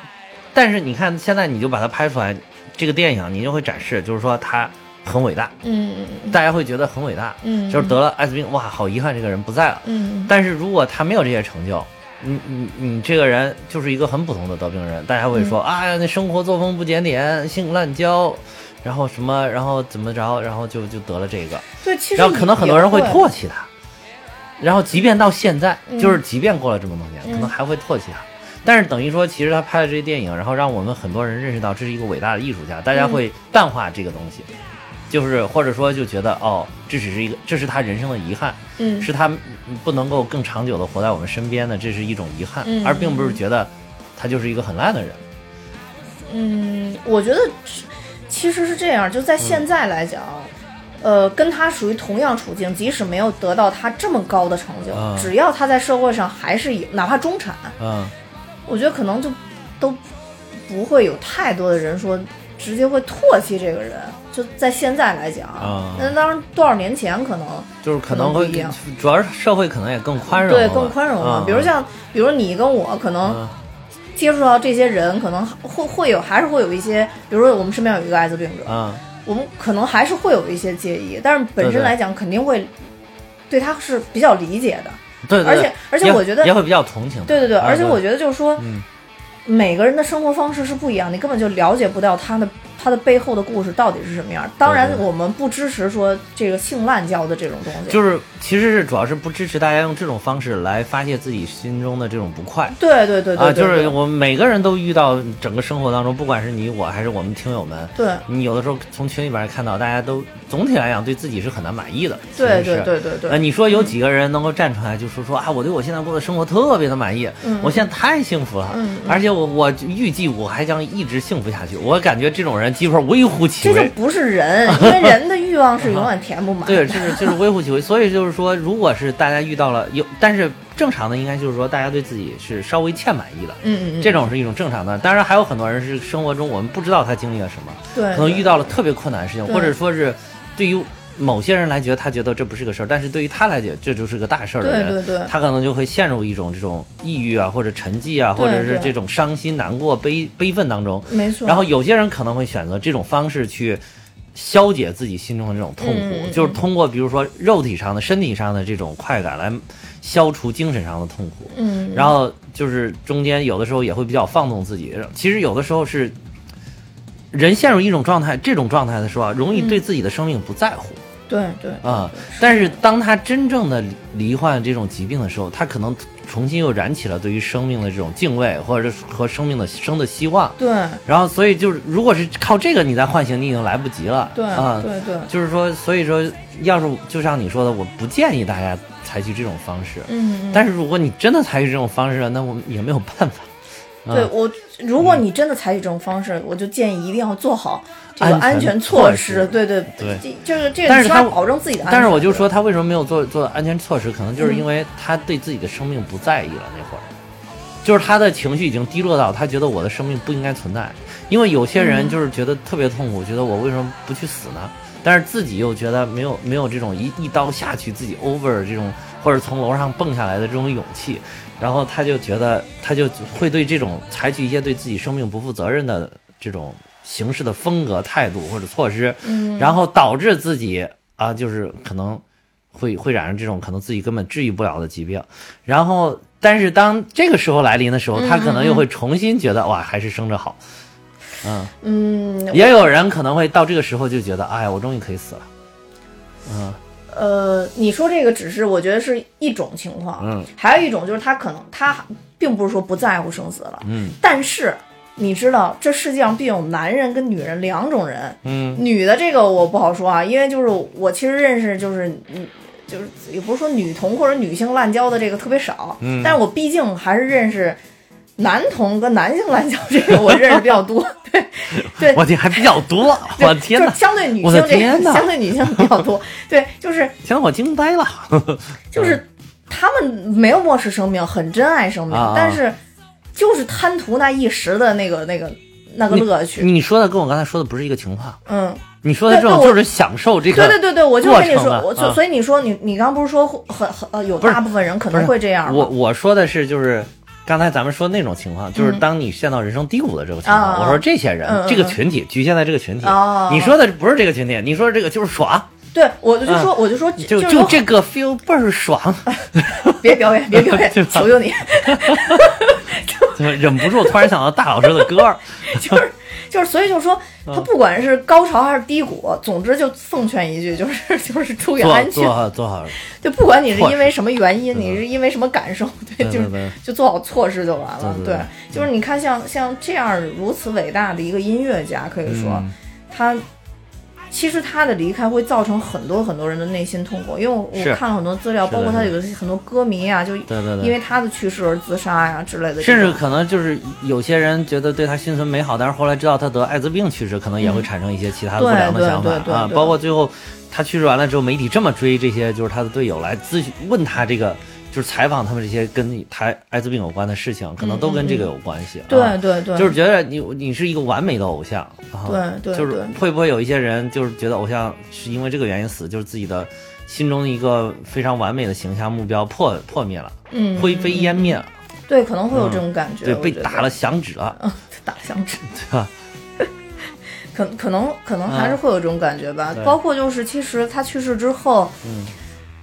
Speaker 3: 但是你看现在你就把它拍出来，这个电影你就会展示，就是说他很伟大，
Speaker 2: 嗯嗯嗯
Speaker 3: 大家会觉得很伟大，
Speaker 2: 嗯
Speaker 3: 就是得了艾滋病，哇，好遗憾这个人不在了。
Speaker 2: 嗯，
Speaker 3: 但是如果他没有这些成就，你你你这个人就是一个很普通的得病人，大家会
Speaker 2: 嗯
Speaker 3: 说、啊，那生活作风不检点，性滥交，然后什么，然后怎么着，然后就就得了这个，
Speaker 2: 对，其实
Speaker 3: 然后可能很多人会
Speaker 2: 也
Speaker 3: 唾弃他，然后即便到现在，
Speaker 2: 嗯
Speaker 3: 就是即便过了这么多年，可能还会唾弃他。但是等于说，其实他拍的这些电影，然后让我们很多人认识到这是一个伟大的艺术家，大家
Speaker 2: 嗯
Speaker 3: 会淡化这个东西，就是或者说就觉得哦，这只是一个，这是他人生的遗憾，
Speaker 2: 嗯
Speaker 3: 是他嗯不能够更长久的活在我们身边的，这是一种遗憾，
Speaker 2: 嗯
Speaker 3: 而并不是觉得他就是一个很烂的人。
Speaker 2: 嗯，我觉得是其实是这样，就在现在来讲。呃，跟他属于同样处境，即使没有得到他这么高的成就，
Speaker 3: 啊
Speaker 2: 只要他在社会上还是有，哪怕中产，
Speaker 3: 嗯，
Speaker 2: 我觉得可能就都不会有太多的人说直接会唾弃这个人。就在现在来讲，
Speaker 3: 啊
Speaker 2: 那当然多少年前可能
Speaker 3: 就是可
Speaker 2: 可
Speaker 3: 能
Speaker 2: 能
Speaker 3: 会
Speaker 2: 不一样，
Speaker 3: 主要是社会可能也更宽容了
Speaker 2: 对
Speaker 3: 嘛，
Speaker 2: 更宽容了。
Speaker 3: 嗯
Speaker 2: 比如像，比如你跟我可能
Speaker 3: 嗯
Speaker 2: 接触到这些人，可能会会有还是会有一些，比如说我们身边有一个艾滋病者，
Speaker 3: 嗯
Speaker 2: 我们可能还是会有一些介意，但是本
Speaker 3: 对
Speaker 2: 身
Speaker 3: 对
Speaker 2: 来讲肯定会对他是比较理解的。
Speaker 3: 对，对
Speaker 2: 而
Speaker 3: 对
Speaker 2: 且而且
Speaker 3: 也
Speaker 2: 我觉得
Speaker 3: 也会比较同情他。
Speaker 2: 对对对，
Speaker 3: 啊
Speaker 2: 而且我觉得就是说，
Speaker 3: 嗯
Speaker 2: 每个人的生活方式是不一样，你根本就了解不到他的他的背后的故事到底是什么样。当然
Speaker 3: 对，对
Speaker 2: 我们不支持说这个性滥交的这种东西，
Speaker 3: 就是其实是主要是不支持大家用这种方式来发泄自己心中的这种不快。
Speaker 2: 对对对对对，
Speaker 3: 啊，就是
Speaker 2: 对
Speaker 3: 我们每个人都遇到，整个生活当中，不管是你我还是我们听友们，
Speaker 2: 对
Speaker 3: 你有的时候从群里边看到，大家都总体来讲对自己是很难满意的。
Speaker 2: 对
Speaker 3: 其实是
Speaker 2: 对对对对
Speaker 3: 呃，你说有几个人能够站出来就说说啊，我对我现在过的生活特别的满意，我现在太幸福了，
Speaker 2: 嗯
Speaker 3: 而且我我预计我还将一直幸福下去。我感觉这种人几乎是微乎其
Speaker 2: 这
Speaker 3: 微，
Speaker 2: 就不是人， 因为人的欲望是永远填不满。
Speaker 3: 对，就是就是微乎其微。 所以就是说，如果是大家遇到了有，但是正常的应该就是说，大家对自己是稍微欠满意的。
Speaker 2: 嗯嗯嗯，
Speaker 3: 这种是一种正常的，当然还有很多人是生活中我们不知道他经历了什么，
Speaker 2: 对，
Speaker 3: 可能遇
Speaker 2: 到
Speaker 3: 到了特别困难的事情，
Speaker 2: 对
Speaker 3: 或者说是对于某些人来觉得他觉得这不是个事儿，但是对于他来讲这就是个大事儿的人，
Speaker 2: 对对对
Speaker 3: 他可能就会陷入一种这种抑郁啊，或者沉寂啊，
Speaker 2: 对
Speaker 3: 或者是
Speaker 2: 对
Speaker 3: 这种伤心、难过、悲悲愤当中。
Speaker 2: 没错，
Speaker 3: 然后有些人可能会选择这种方式去消解自己心中的这种痛苦，
Speaker 2: 嗯嗯嗯
Speaker 3: 就是通过比如说肉体上的、身体上的这种快感来消除精神上的痛苦。
Speaker 2: 嗯，
Speaker 3: 然后就是中间有的时候也会比较放纵自己，其实有的时候是人陷入一种状态，这种状态的时候啊，容易对自己的生命不在乎
Speaker 2: 对对
Speaker 3: 啊、但是当他真正的罹患这种疾病的时候，他可能重新又燃起了对于生命的这种敬畏，或者是和生命的生的希望。
Speaker 2: 对
Speaker 3: 然后，所以就是，如果是靠这个你再唤醒，你已经来不及了。
Speaker 2: 对
Speaker 3: 啊、
Speaker 2: 对对，
Speaker 3: 就是说，所以说，要是就像你说的，我不建议大家采取这种方式。
Speaker 2: 嗯嗯。
Speaker 3: 但是如果你真的采取这种方式了，那我们也没有办法。啊
Speaker 2: 对我，如果你真的采取这种方式，我就建议一定要做好这个
Speaker 3: 安全
Speaker 2: 安全措
Speaker 3: 措施
Speaker 2: 对对
Speaker 3: 对
Speaker 2: 这就是这
Speaker 3: 但
Speaker 2: 个起
Speaker 3: 是
Speaker 2: 码
Speaker 3: 他
Speaker 2: 保证自己的安全。
Speaker 3: 但是我就说他为什么没有做做安全措施，可能就是因为他对自己的生命不在意了那会儿。就是他的情绪已经低落到他觉得我的生命不应该存在，因为有些人就是觉得特别痛苦，觉得我为什么不去死呢？但是自己又觉得没有没有这种一一刀下去自己 over 这种，或者从楼上蹦下来的这种勇气，然后他就觉得他就会对这种采取一些对自己生命不负责任的这种行事的风格、态度或者措施，然后导致自己啊，就是可能会会染上这种可能自己根本治愈不了的疾病，然后。但是当这个时候来临的时候，他可能又会重新觉得哇，还是生着好。嗯，
Speaker 2: 嗯，
Speaker 3: 也有人可能会到这个时候就觉得，哎呀，我终于可以死了。
Speaker 2: 呃，你说这个只是我觉得是一种情况，
Speaker 3: 嗯，
Speaker 2: 还有一种就是他可能他并不是说不在乎生死了，
Speaker 3: 嗯，
Speaker 2: 但是你知道这世界上并有男人跟女人两种人，
Speaker 3: 嗯，
Speaker 2: 女的这个我不好说啊，因为就是我其实认识就是嗯。就是也不是说女同或者女性滥交的这个特别少，嗯，但是我毕竟还是认识男同跟男性滥交这个我认识比较多，对对，
Speaker 3: 我天，还比较 多， 我天
Speaker 2: 就是
Speaker 3: 哪！
Speaker 2: 相对女
Speaker 3: 我
Speaker 2: 性
Speaker 3: 的
Speaker 2: 这
Speaker 3: 天
Speaker 2: 个
Speaker 3: 哪
Speaker 2: 相对女性比较多，对，就是
Speaker 3: 天哪，我惊呆了。
Speaker 2: 就是他们没有漠视生命，很珍爱生命，
Speaker 3: 嗯啊啊
Speaker 2: 但是就是贪图那一时的那个那个那个乐趣。
Speaker 3: 你说的跟我刚才说的不是一个情况，
Speaker 2: 嗯，
Speaker 3: 你说的这
Speaker 2: 对
Speaker 3: 种
Speaker 2: 对我
Speaker 3: 就是享受这个。
Speaker 2: 对对对对，我就
Speaker 3: 过
Speaker 2: 跟你
Speaker 3: 程
Speaker 2: 说
Speaker 3: 吧，
Speaker 2: 我
Speaker 3: 啊
Speaker 2: 就所以你说你你刚不是说很很呃有
Speaker 3: 不是
Speaker 2: 大部分人可
Speaker 3: 不
Speaker 2: 能
Speaker 3: 是
Speaker 2: 会这样
Speaker 3: 我
Speaker 2: 吗？
Speaker 3: 我说的是就是。刚才咱们说那种情况，就是当你陷到人生低谷的这个情
Speaker 2: 啊啊嗯
Speaker 3: 况，
Speaker 2: 啊
Speaker 3: 我说这些人、
Speaker 2: 嗯嗯
Speaker 3: 这个群体局限在这个群体，
Speaker 2: 哦
Speaker 3: 你说的不是这个群体，你说的这个就是爽，
Speaker 2: 对，我就说我就说
Speaker 3: 嗯就是就
Speaker 2: 说
Speaker 3: 这个 feel 倍儿 爽，
Speaker 2: 别表演别表演
Speaker 3: 对，吧
Speaker 2: 求求你，
Speaker 3: 怎么忍不住突然想到大老师的歌 儿，
Speaker 2: 就是就是所以就说他
Speaker 3: 嗯
Speaker 2: 不管是高潮还是低谷，总之就奉劝一句，就是 就是注意
Speaker 3: 做
Speaker 2: 安全
Speaker 3: 做，好做好，
Speaker 2: 就不管你是
Speaker 3: 措施
Speaker 2: 因为什么原因，你是因为什么感受，对，
Speaker 3: 对
Speaker 2: 就
Speaker 3: 对对
Speaker 2: 是就做好措施就完了。
Speaker 3: 对对
Speaker 2: 对
Speaker 3: 对，
Speaker 2: 就是你看像像这样如此伟大的一个音乐家，可以说
Speaker 3: 嗯
Speaker 2: 他其实他的离开会造成很多很多人的内心痛苦，因为我
Speaker 3: 是
Speaker 2: 我看了很多资料，
Speaker 3: 是的
Speaker 2: 包括他
Speaker 3: 是
Speaker 2: 有很多歌迷啊，就
Speaker 3: 对对对
Speaker 2: 因为他的去世而自杀呀之类的这
Speaker 3: 甚
Speaker 2: 种，
Speaker 3: 至可能就是有些人觉得对他心存美好，但是后来知道他得艾滋病去世，可能也会产生一些其他的不
Speaker 2: 嗯
Speaker 3: 良的
Speaker 2: 对对
Speaker 3: 想法
Speaker 2: 对对
Speaker 3: 啊。
Speaker 2: 对
Speaker 3: 包括最后他去世完了之后，媒体这么追这些就是他的队友来咨询问他这个。就是采访他们这些跟他艾滋病有关的事情，可能都跟这个有关系。啊
Speaker 2: 嗯对对对，
Speaker 3: 就是觉得你你是一个完美的偶像，啊、
Speaker 2: 对对
Speaker 3: 就是
Speaker 2: 对
Speaker 3: 会不会有一些人就是觉得偶像是因为这个原因死，就是自己的心中的一个非常完美的形象目标破破灭了，
Speaker 2: 嗯
Speaker 3: 灰飞烟灭了，
Speaker 2: 对，可能会有这种感觉，
Speaker 3: 对，
Speaker 2: 我
Speaker 3: 被
Speaker 2: 觉得
Speaker 3: 打了响指 了，
Speaker 2: 打响指，
Speaker 3: 对吧？ 啊
Speaker 2: 可可能可能还是会有这种感觉吧。
Speaker 3: 对嗯
Speaker 2: 包括就是，其实他去世之后，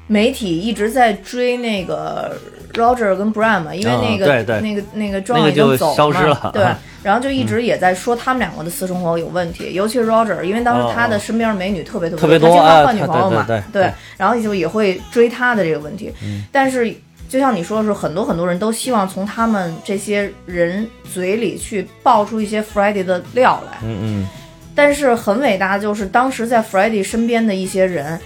Speaker 2: 媒体一直在追那个 Roger 跟 Bram 嘛，因为
Speaker 3: 嗯
Speaker 2: 那个、
Speaker 3: 对对
Speaker 2: 那个那个
Speaker 3: 那
Speaker 2: John
Speaker 3: 个
Speaker 2: 已
Speaker 3: 就
Speaker 2: 经走
Speaker 3: 消失
Speaker 2: 嘛
Speaker 3: 了
Speaker 2: 对
Speaker 3: 嗯。
Speaker 2: 然后就一直也在说他们两个的私生活有问题，尤其是 Roger，因为当
Speaker 3: 哦
Speaker 2: 时他的身边美女特别特
Speaker 3: 特别
Speaker 2: 多，
Speaker 3: 多
Speaker 2: 他经
Speaker 3: 啊
Speaker 2: 常换女
Speaker 3: 他
Speaker 2: 朋友
Speaker 3: 对
Speaker 2: 嘛，
Speaker 3: 对对嗯对
Speaker 2: 然后就也会追他的这个问题。但是就像你说的是，很多很多人都希望从他们这些人嘴里去爆出一些 Friday 的料来，
Speaker 3: 嗯
Speaker 2: 但是很伟大，就是当时在 Freddy 身边的一些人，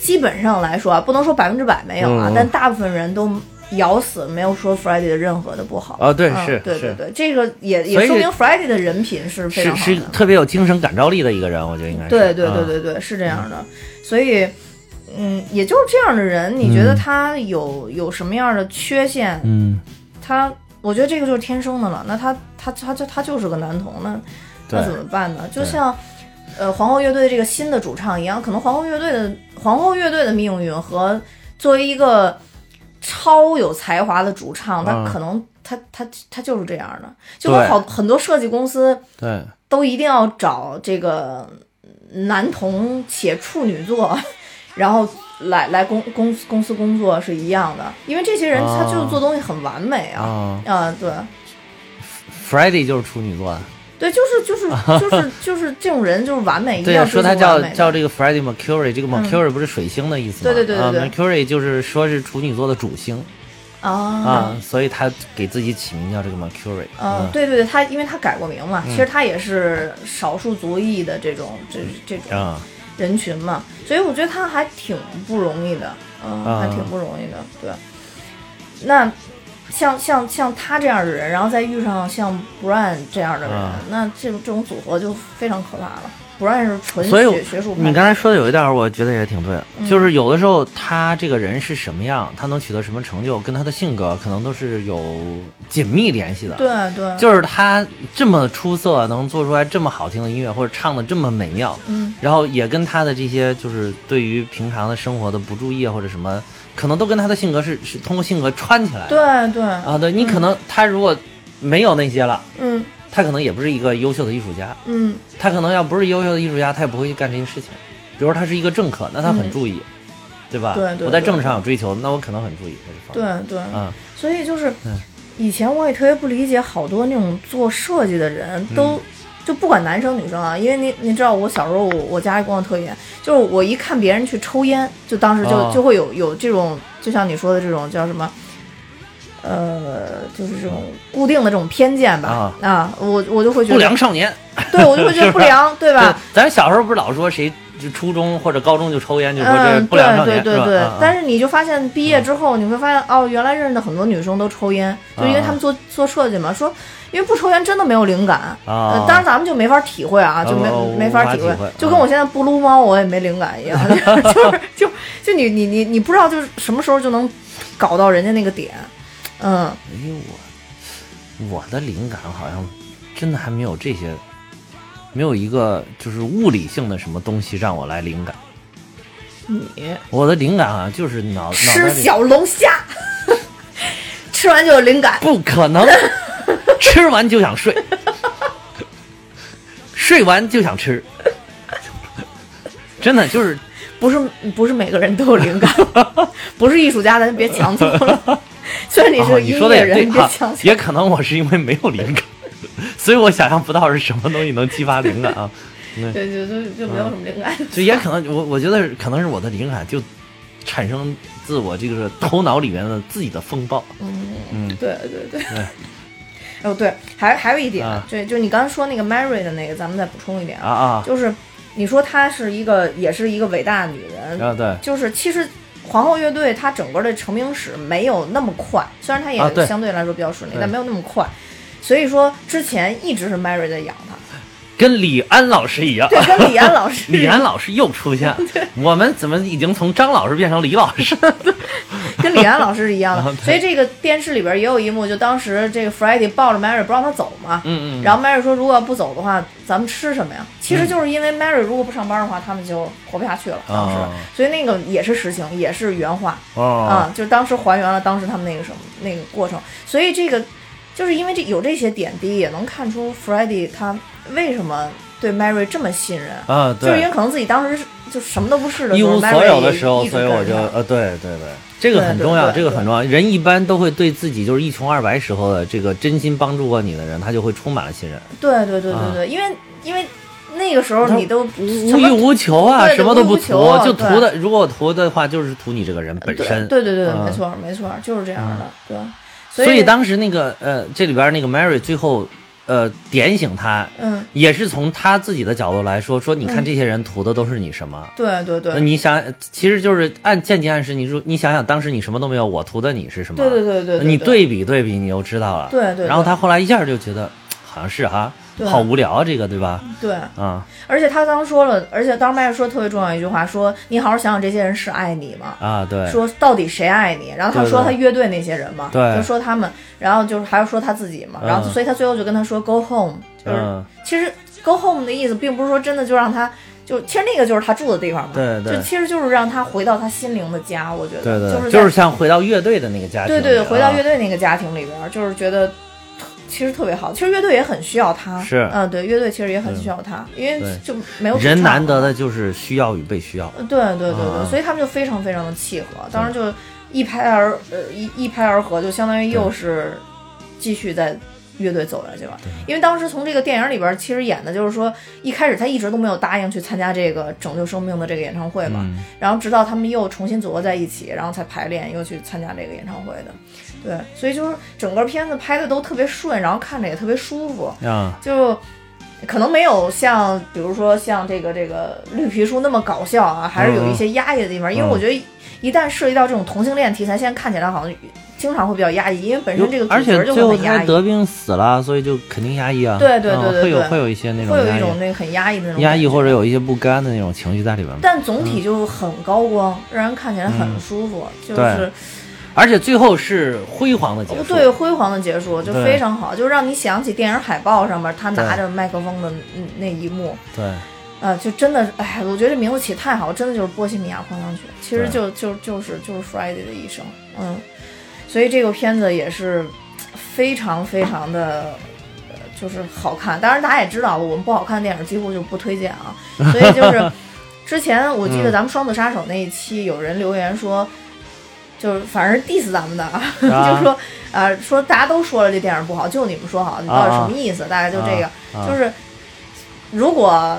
Speaker 2: 基本上来说啊，不能说百分之百没有啊，
Speaker 3: 嗯
Speaker 2: 但大部分人都咬死没有说 Freddy 的任何的不好。
Speaker 3: 啊对
Speaker 2: 嗯
Speaker 3: 是
Speaker 2: 对
Speaker 3: 是
Speaker 2: 对对，这个也
Speaker 3: 所
Speaker 2: 也
Speaker 3: 以
Speaker 2: 说明 Freddy 的人品是
Speaker 3: 嗯，
Speaker 2: 非常
Speaker 3: 是
Speaker 2: 好
Speaker 3: 是
Speaker 2: 的。
Speaker 3: 特别有精神感召力的一个人，我觉得应该是。
Speaker 2: 对对对
Speaker 3: 嗯，
Speaker 2: 对对，是这样的。所以，嗯，也就是这样的人，你觉得他有有什么样的缺陷？
Speaker 3: 嗯，
Speaker 2: 他，我觉得这个就是天生的了。那他他他就他就是个男童，那那怎
Speaker 3: 对，
Speaker 2: 么办呢？就
Speaker 3: 对
Speaker 2: 像，呃，皇后乐队这个新的主唱一样，可能皇后乐队的皇后乐队的命运和作为一个超有才华的主唱，他
Speaker 3: 嗯
Speaker 2: 可能他他他就是这样的，就跟
Speaker 3: 对
Speaker 2: 好很多设计公司
Speaker 3: 对，
Speaker 2: 都一定要找这个男童且处女座，然后来来公公司公司工作是一样的，因为这些人他就是做东西很完美啊。
Speaker 3: 啊
Speaker 2: 啊，对，
Speaker 3: ，Friday 就是处女座的，
Speaker 2: 对，就是就是 就是就是这种人就是完美，一定
Speaker 3: 对
Speaker 2: 要
Speaker 3: 呀，
Speaker 2: 追
Speaker 3: 说他
Speaker 2: 求
Speaker 3: 叫
Speaker 2: 完美的嗯
Speaker 3: 叫这个 Friday Mercury，这个 Mercury 不是水星的意思吗？
Speaker 2: 对对对对对
Speaker 3: 啊，Mercury 就是说是处女座的主星
Speaker 2: 啊
Speaker 3: 啊，所以他给自己起名叫这个嗯 Mercury。
Speaker 2: 啊，对对对，他因为他改过名
Speaker 3: 嗯
Speaker 2: 嘛，其实他也是少数族裔的这种这这种
Speaker 3: 啊，
Speaker 2: 人群嘛，所以我觉得他还挺不容易的，嗯，
Speaker 3: 啊
Speaker 2: 还挺不容易的，对。那像像像他这样的人，然后再遇上像 Brian 这样的人
Speaker 3: 啊，
Speaker 2: 那这种这种组合就非常可怕了。不算是纯
Speaker 3: 所以我
Speaker 2: 学学术派。嗯
Speaker 3: 你刚才说的有一点，我觉得也挺对的，就是有的时候他这个人是什么样，他能取得什么成就，跟他的性格可能都是有紧密联系的。
Speaker 2: 对对，
Speaker 3: 就是他这么出色，能做出来这么好听的音乐，或者唱的这么美妙，
Speaker 2: 嗯，
Speaker 3: 然后也跟他的这些就是对于平常的生活的不注意啊，或者什么，可能都跟他的性格是是通过性格穿起来的。
Speaker 2: 对嗯对，
Speaker 3: 啊，对你可能他如果没有那些了，
Speaker 2: 嗯
Speaker 3: 他可能也不是一个优秀的艺术家，
Speaker 2: 嗯
Speaker 3: 他可能要不是优秀的艺术家，他也不会去干这些事情。比如他是一个政客，那他很
Speaker 2: 嗯
Speaker 3: 注意，对吧？
Speaker 2: 对对
Speaker 3: 我在
Speaker 2: 对
Speaker 3: 政治上有追求，那我可能很注意在这方
Speaker 2: 对
Speaker 3: 面。
Speaker 2: 对，
Speaker 3: 啊，
Speaker 2: 所以就是
Speaker 3: 嗯
Speaker 2: 以前我也特别不理解，好多那种做设计的人
Speaker 3: 嗯
Speaker 2: 都、就不管男生女生啊，因为你你知道我小时候我我家里管我特严，就是我一看别人去抽烟，就当时就、
Speaker 3: 哦
Speaker 2: 就会有有这种，就像你说的这种叫什么。呃，就是这种固定的这种偏见吧，啊，我我就会觉
Speaker 3: 嗯不良
Speaker 2: 得，
Speaker 3: 少年，
Speaker 2: 对我就会觉得
Speaker 3: 是吧
Speaker 2: 不良，对吧？
Speaker 3: 对咱小时候不是老说谁就初中或者高中就抽烟，就说这
Speaker 2: 嗯，
Speaker 3: 不良少
Speaker 2: 对
Speaker 3: 年，
Speaker 2: 对
Speaker 3: 是吧嗯
Speaker 2: 对对
Speaker 3: 啊啊
Speaker 2: 但是你就发现毕业之后，你会发现哦，原来认识的很多女生都抽烟，就因为他们做做设计嘛，说因为不抽烟真的没有灵感。呃
Speaker 3: 嗯啊，
Speaker 2: 当然，咱们就没法体会啊，就没
Speaker 3: 哦哦
Speaker 2: 没
Speaker 3: 无
Speaker 2: 法
Speaker 3: 法
Speaker 2: 体
Speaker 3: 体
Speaker 2: 会
Speaker 3: 会，嗯
Speaker 2: 就跟我现在不撸猫我也没灵感一样， 就是就就你你你你不知道就是什么时候就能搞到人家那个点，嗯，
Speaker 3: 哎呦我，我的灵感好像真的还没有这些，没有一个就是物理性的什么东西让我来灵感。
Speaker 2: 你
Speaker 3: 我的灵感啊，就是脑脑袋
Speaker 2: 吃
Speaker 3: 嗯里
Speaker 2: 小龙虾， 吃完就有灵感，
Speaker 3: 不 可能，吃完就想睡，睡完就想吃，真的就是
Speaker 2: 不是不是每个人都有灵感， 不是艺术家，咱别强求 了。虽然你
Speaker 3: 啊，
Speaker 2: 是
Speaker 3: 你
Speaker 2: 音
Speaker 3: 说的
Speaker 2: 乐
Speaker 3: 也
Speaker 2: 人，
Speaker 3: 对
Speaker 2: 别
Speaker 3: 哈
Speaker 2: 强，求。
Speaker 3: 也可能我是因为没有灵 感，所以我想象不到是什么东西能激发灵感啊。
Speaker 2: 对，就就就没有什么灵感。
Speaker 3: 就也可能我我觉得可能是我的灵感就产生自我这个头脑里面的自己的风暴。
Speaker 2: 嗯
Speaker 3: 嗯
Speaker 2: 对对对。哦，对，还还有一点
Speaker 3: 啊，
Speaker 2: 对，就你刚刚说那个 Mary 的那个，咱们再补充一点
Speaker 3: 啊，啊
Speaker 2: 就是你说她是一个，也是一个伟大的女人，
Speaker 3: 啊！对，
Speaker 2: 就是其实皇后乐队它整个的成名史没有那么快，虽然它
Speaker 3: 啊对
Speaker 2: 也相对来说比较顺利，
Speaker 3: 对
Speaker 2: 但没有那么快，所以说之前一直是 Mary 在养她，
Speaker 3: 跟李安老师一样。
Speaker 2: 对，跟李安老 师，
Speaker 3: 李安老师又 出现，我们怎么已经从张老师变成李老师？
Speaker 2: 嗯跟李安老师是一样的
Speaker 3: 啊。对
Speaker 2: 所以这个电视里边也有一幕，就当时这个 Freddy 抱着 Mary 不让她走嘛，
Speaker 3: 嗯嗯嗯嗯
Speaker 2: 然后 Mary 说如果要不走的话，咱们吃什么呀？其实就是因为 Mary 如果不上班的话，他们就活不下去了。当时，
Speaker 3: 啊
Speaker 2: 所以那个也是实情，也是原话啊、
Speaker 3: 哦，
Speaker 2: 就是当时还原了当时他们那个什么那个过程。所以这个就是因为这有这些点滴，也能看出 Freddy 他为什么对 Mary 这么信任。
Speaker 3: 啊，
Speaker 2: 就是因
Speaker 3: 对
Speaker 2: 为，可能自己当时是就什么都不是的
Speaker 3: 一
Speaker 2: 时候
Speaker 3: 无
Speaker 2: Mary
Speaker 3: 所有的时候，
Speaker 2: 一直
Speaker 3: 所以
Speaker 2: 跟
Speaker 3: 我
Speaker 2: 着
Speaker 3: 就
Speaker 2: 他
Speaker 3: 呃，对对对，这个很重要，
Speaker 2: 对对
Speaker 3: 这
Speaker 2: 对
Speaker 3: 个很重要。人一般都会对自己就是一穷二白时候的这个真心帮助过你的人，他就会充满了信任，
Speaker 2: 对对对
Speaker 3: 啊
Speaker 2: 对对，因为因为那个时候你都无
Speaker 3: 无欲无求啊，
Speaker 2: 对对
Speaker 3: 什么都
Speaker 2: 无
Speaker 3: 不
Speaker 2: 欲无求
Speaker 3: 图
Speaker 2: 啊，
Speaker 3: 就
Speaker 2: 对
Speaker 3: 图的。如果图的话，就是图你这个人本
Speaker 2: 对
Speaker 3: 身。
Speaker 2: 对对对，
Speaker 3: 嗯
Speaker 2: 没错没错，就是这样的，对。
Speaker 3: 所
Speaker 2: 以
Speaker 3: 当时那个呃，这里边那个 Mary 最后呃点醒他，
Speaker 2: 嗯，
Speaker 3: 也是从他自己的角度来说，说你看
Speaker 2: 嗯
Speaker 3: 这些人图的都是你什么？
Speaker 2: 对对
Speaker 3: 那
Speaker 2: 对。
Speaker 3: 呃你想，其实就是按间接暗示，你说你想想，当时你什么都没有，我图的你是什么？
Speaker 2: 对对对对对
Speaker 3: 你
Speaker 2: 对
Speaker 3: 对比对比，你就知道了。
Speaker 2: 对对对
Speaker 3: 然后他后来一下就觉得，好像是哈、
Speaker 2: 对
Speaker 3: 好无聊啊，这个对吧？
Speaker 2: 对，
Speaker 3: 啊、
Speaker 2: 而且他刚说了，而且当时麦说特别重要一句话，说你好好想想这些人是爱你吗？
Speaker 3: 啊，对，
Speaker 2: 说到底谁爱你？然后他说
Speaker 3: 对
Speaker 2: 他
Speaker 3: 对
Speaker 2: 乐队那些人嘛，
Speaker 3: 对
Speaker 2: 就说他们，然后就是还要说他自己嘛，
Speaker 3: 嗯
Speaker 2: 然后所以他最后就跟他说 go home，就是、
Speaker 3: 嗯
Speaker 2: 其实 go home 的意思并不是说真的就让他就其实那个就是他住的地方嘛，
Speaker 3: 对对
Speaker 2: 就其实就是让他回到他心灵的家，我觉得
Speaker 3: 对对，
Speaker 2: 就
Speaker 3: 对
Speaker 2: 是
Speaker 3: 就
Speaker 2: 在
Speaker 3: 是像回到乐队的那个家庭
Speaker 2: 对
Speaker 3: 里，啊
Speaker 2: 对对，回到乐
Speaker 3: 队、
Speaker 2: 队那个家庭里边儿，就是觉得特其实特别好。其实乐队也很需要他，
Speaker 3: 是
Speaker 2: 嗯，对，乐队其实也很需要他，因为
Speaker 3: 对
Speaker 2: 就没有主
Speaker 3: 人
Speaker 2: 唱
Speaker 3: 难得
Speaker 2: 嘛，
Speaker 3: 的就是需要与被需要。
Speaker 2: 呃对对对对，
Speaker 3: 啊
Speaker 2: 所以他们就非常非常的契合，当时就一拍而呃一一拍而合，就相当于又是继续在。乐队走下去了，因为当时从这个电影里边儿其实演的就是说，一开始他一直都没有答应去参加这个拯救生命的这个演唱会嘛，
Speaker 3: 嗯，
Speaker 2: 然后直到他们又重新组合在一起，然后才排练，又去参加这个演唱会的。对，所以就是整个片子拍的都特别顺，然后看着也特别舒服。
Speaker 3: 啊，
Speaker 2: 就可能没有像比如说像这个这个绿皮书那么搞笑啊，还是有一些压抑的地方。因为我觉得一旦涉及到这种同性恋题材，现在看起来好像经常会比较压抑，因为本身这个
Speaker 3: 而
Speaker 2: 主
Speaker 3: 且
Speaker 2: 角就会
Speaker 3: 最后
Speaker 2: 很压
Speaker 3: 他
Speaker 2: 抑，
Speaker 3: 得病死了，所以就肯定压抑啊。
Speaker 2: 对对对
Speaker 3: 嗯
Speaker 2: 对
Speaker 3: 会有
Speaker 2: 对
Speaker 3: 会有一些那种
Speaker 2: 会有
Speaker 3: 压
Speaker 2: 一种
Speaker 3: 抑，
Speaker 2: 那个很压抑的那种
Speaker 3: 压
Speaker 2: 感
Speaker 3: 抑
Speaker 2: 觉
Speaker 3: 或者有一些不甘的那种情绪在里边嘛。
Speaker 2: 但总体就很高
Speaker 3: 嗯
Speaker 2: 光，让人看起来很舒服，就是哦
Speaker 3: 而且最后是辉煌的结束。
Speaker 2: 对辉煌的结束就
Speaker 3: 对
Speaker 2: 非常好，就让你想起电影海报上面他拿
Speaker 3: 对
Speaker 2: 着麦克风的嗯那一幕，
Speaker 3: 对
Speaker 2: 呃，就真的，哎，我觉得这名字起太好，真的就是《波西米亚狂想曲》，其实
Speaker 3: 对
Speaker 2: 就就就是就是 Friday 的一生，嗯，所以这个片子也是非常非常的。呃就是好看，当然大家也知道了，我们不好看的电影几乎就不推荐啊。所以就是之前我记得咱们《双子杀手》那一期有人留言说，就是反正 diss 咱们的啊，
Speaker 3: 啊
Speaker 2: 就说啊、呃说大家都说了这电影不好，就你们说好，你到底什么意思？大概就这个。
Speaker 3: 啊
Speaker 2: 就是如果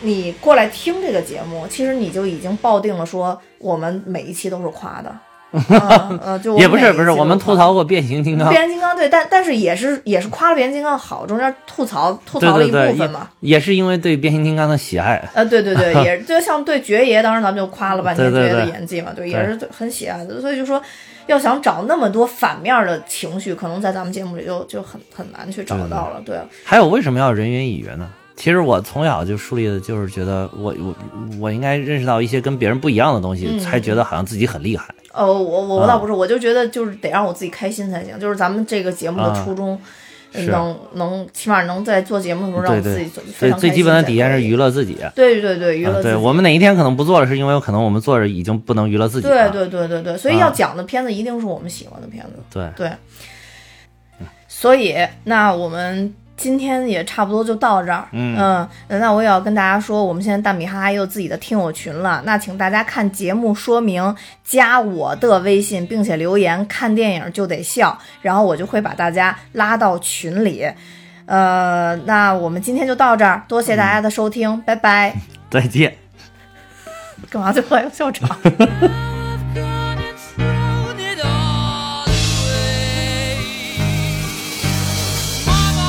Speaker 2: 你过来听这个节目，其实你就已经抱定了说我们每一期都是夸 的，嗯呃，就我
Speaker 3: 也不
Speaker 2: 每
Speaker 3: 是
Speaker 2: 一期
Speaker 3: 不是，
Speaker 2: 都夸
Speaker 3: 我们吐槽过变形金 刚
Speaker 2: 变，形金刚对，但但是也是也是夸了变形金刚好，中间吐槽吐
Speaker 3: 对
Speaker 2: 槽了
Speaker 3: 对
Speaker 2: 一部分嘛。
Speaker 3: 对，也也是因为对变形金刚的喜爱。
Speaker 2: 呃，对 对对，也就像对爵爷，当时咱们就夸了半天爵
Speaker 3: 对对
Speaker 2: 爷的
Speaker 3: 对
Speaker 2: 演技嘛，对，
Speaker 3: 对
Speaker 2: 也是很喜爱的。所以就说，要想找那么多反面的情绪，可能在咱们节目里就就很很难去找到了。对，
Speaker 3: 还有为什么要人云亦云呢？其实我从小就树立的就是觉得我我我应该认识到一些跟别人不一样的东西，
Speaker 2: 嗯
Speaker 3: 才觉得好像自己很厉害。
Speaker 2: 呃，我我我
Speaker 3: 啊
Speaker 2: 倒不是，我就觉得就是得让我自己开心才行，就是咱们这个节目的
Speaker 3: 啊
Speaker 2: 初衷。呃
Speaker 3: 是
Speaker 2: 能能，起码能在做节目的时候让我
Speaker 3: 对
Speaker 2: 自
Speaker 3: 对
Speaker 2: 己非
Speaker 3: 所以
Speaker 2: 常
Speaker 3: 最基本的底线是娱
Speaker 2: 乐，
Speaker 3: 乐自己。
Speaker 2: 对对对，娱乐自
Speaker 3: 啊
Speaker 2: 己。
Speaker 3: 对我们哪一天可能不做了，是因为可能我们做着已经不能娱乐自己
Speaker 2: 对
Speaker 3: 了。
Speaker 2: 对对对对，所以
Speaker 3: 啊
Speaker 2: 要讲的片子一定是我们喜欢的片子。
Speaker 3: 对
Speaker 2: 对，所以那我们今天也差不多就到这儿。嗯那我也要跟大家说，我们现在大米哈哈也有自己的听友群了，那请大家看节目说明，加我的微信，并且留言看电影就得笑，然后我就会把大家拉到群里。呃，那我们今天就到这儿，多谢大家的收听，拜拜。
Speaker 3: 再见。
Speaker 2: 干嘛最后还要笑场？
Speaker 1: I've gone and thrown it all away. Mama,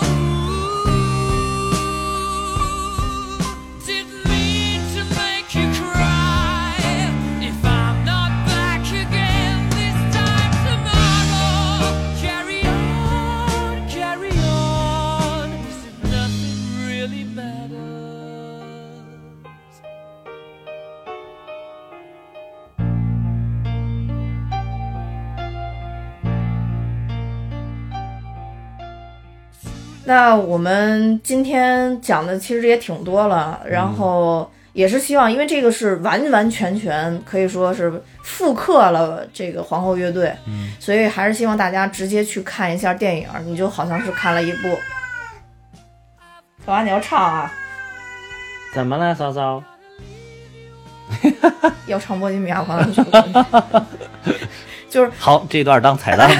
Speaker 1: ooh, didn't mean to make you cry. If I'm not back again this time tomorrow, carry on, carry on. 'cause if nothing really matters.
Speaker 2: 那我们今天讲的其实也挺多了，然后也是希望，因为这个是完完全全可以说是复刻了这个皇后乐队，所以还是希望大家直接去看一下电影，你就好像是看了一部。干嘛你要唱啊？
Speaker 3: 怎么了，嫂嫂？
Speaker 2: 要唱《波西米亚狂想曲》就是
Speaker 3: 好，这段当彩蛋。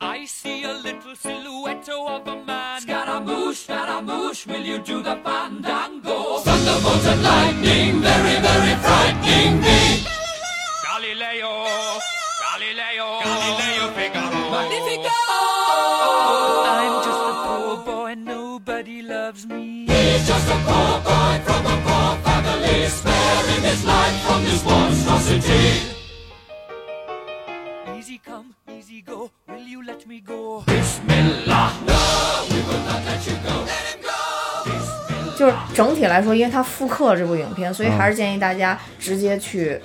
Speaker 1: I see a little silhouette of a man. Scaramouche, Scaramouche, will you do the fandango? Thunderbolts and lightning, very, very frightening me. Galileo, Galileo, Galileo Figaro. Magnifico! I'm just a poor boy, nobody loves me. He's just a poor boy from a poor family, sparing his life from this monstrosity. Easy come, easy go. Will you let me go? Bismillah. No, we will not let you go. Let him go. Bismillah.
Speaker 2: 就是整体来说，因为它复刻了这部影片，所以还是建议大家直接去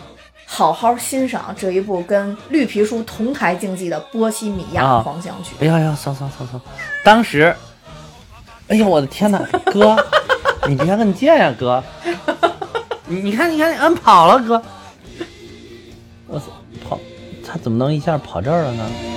Speaker 2: 好好欣赏这一部跟《绿皮书》同台竞技的《波西米亚
Speaker 3: 啊
Speaker 2: 狂想曲》
Speaker 3: 哎呀呀，嫂嫂嫂嫂，当时哎呦我的天哪，哥， 你别跟你借呀，哥，你你看你看你摁跑了，哥，我操，跑，他怎么能一下跑这儿了呢？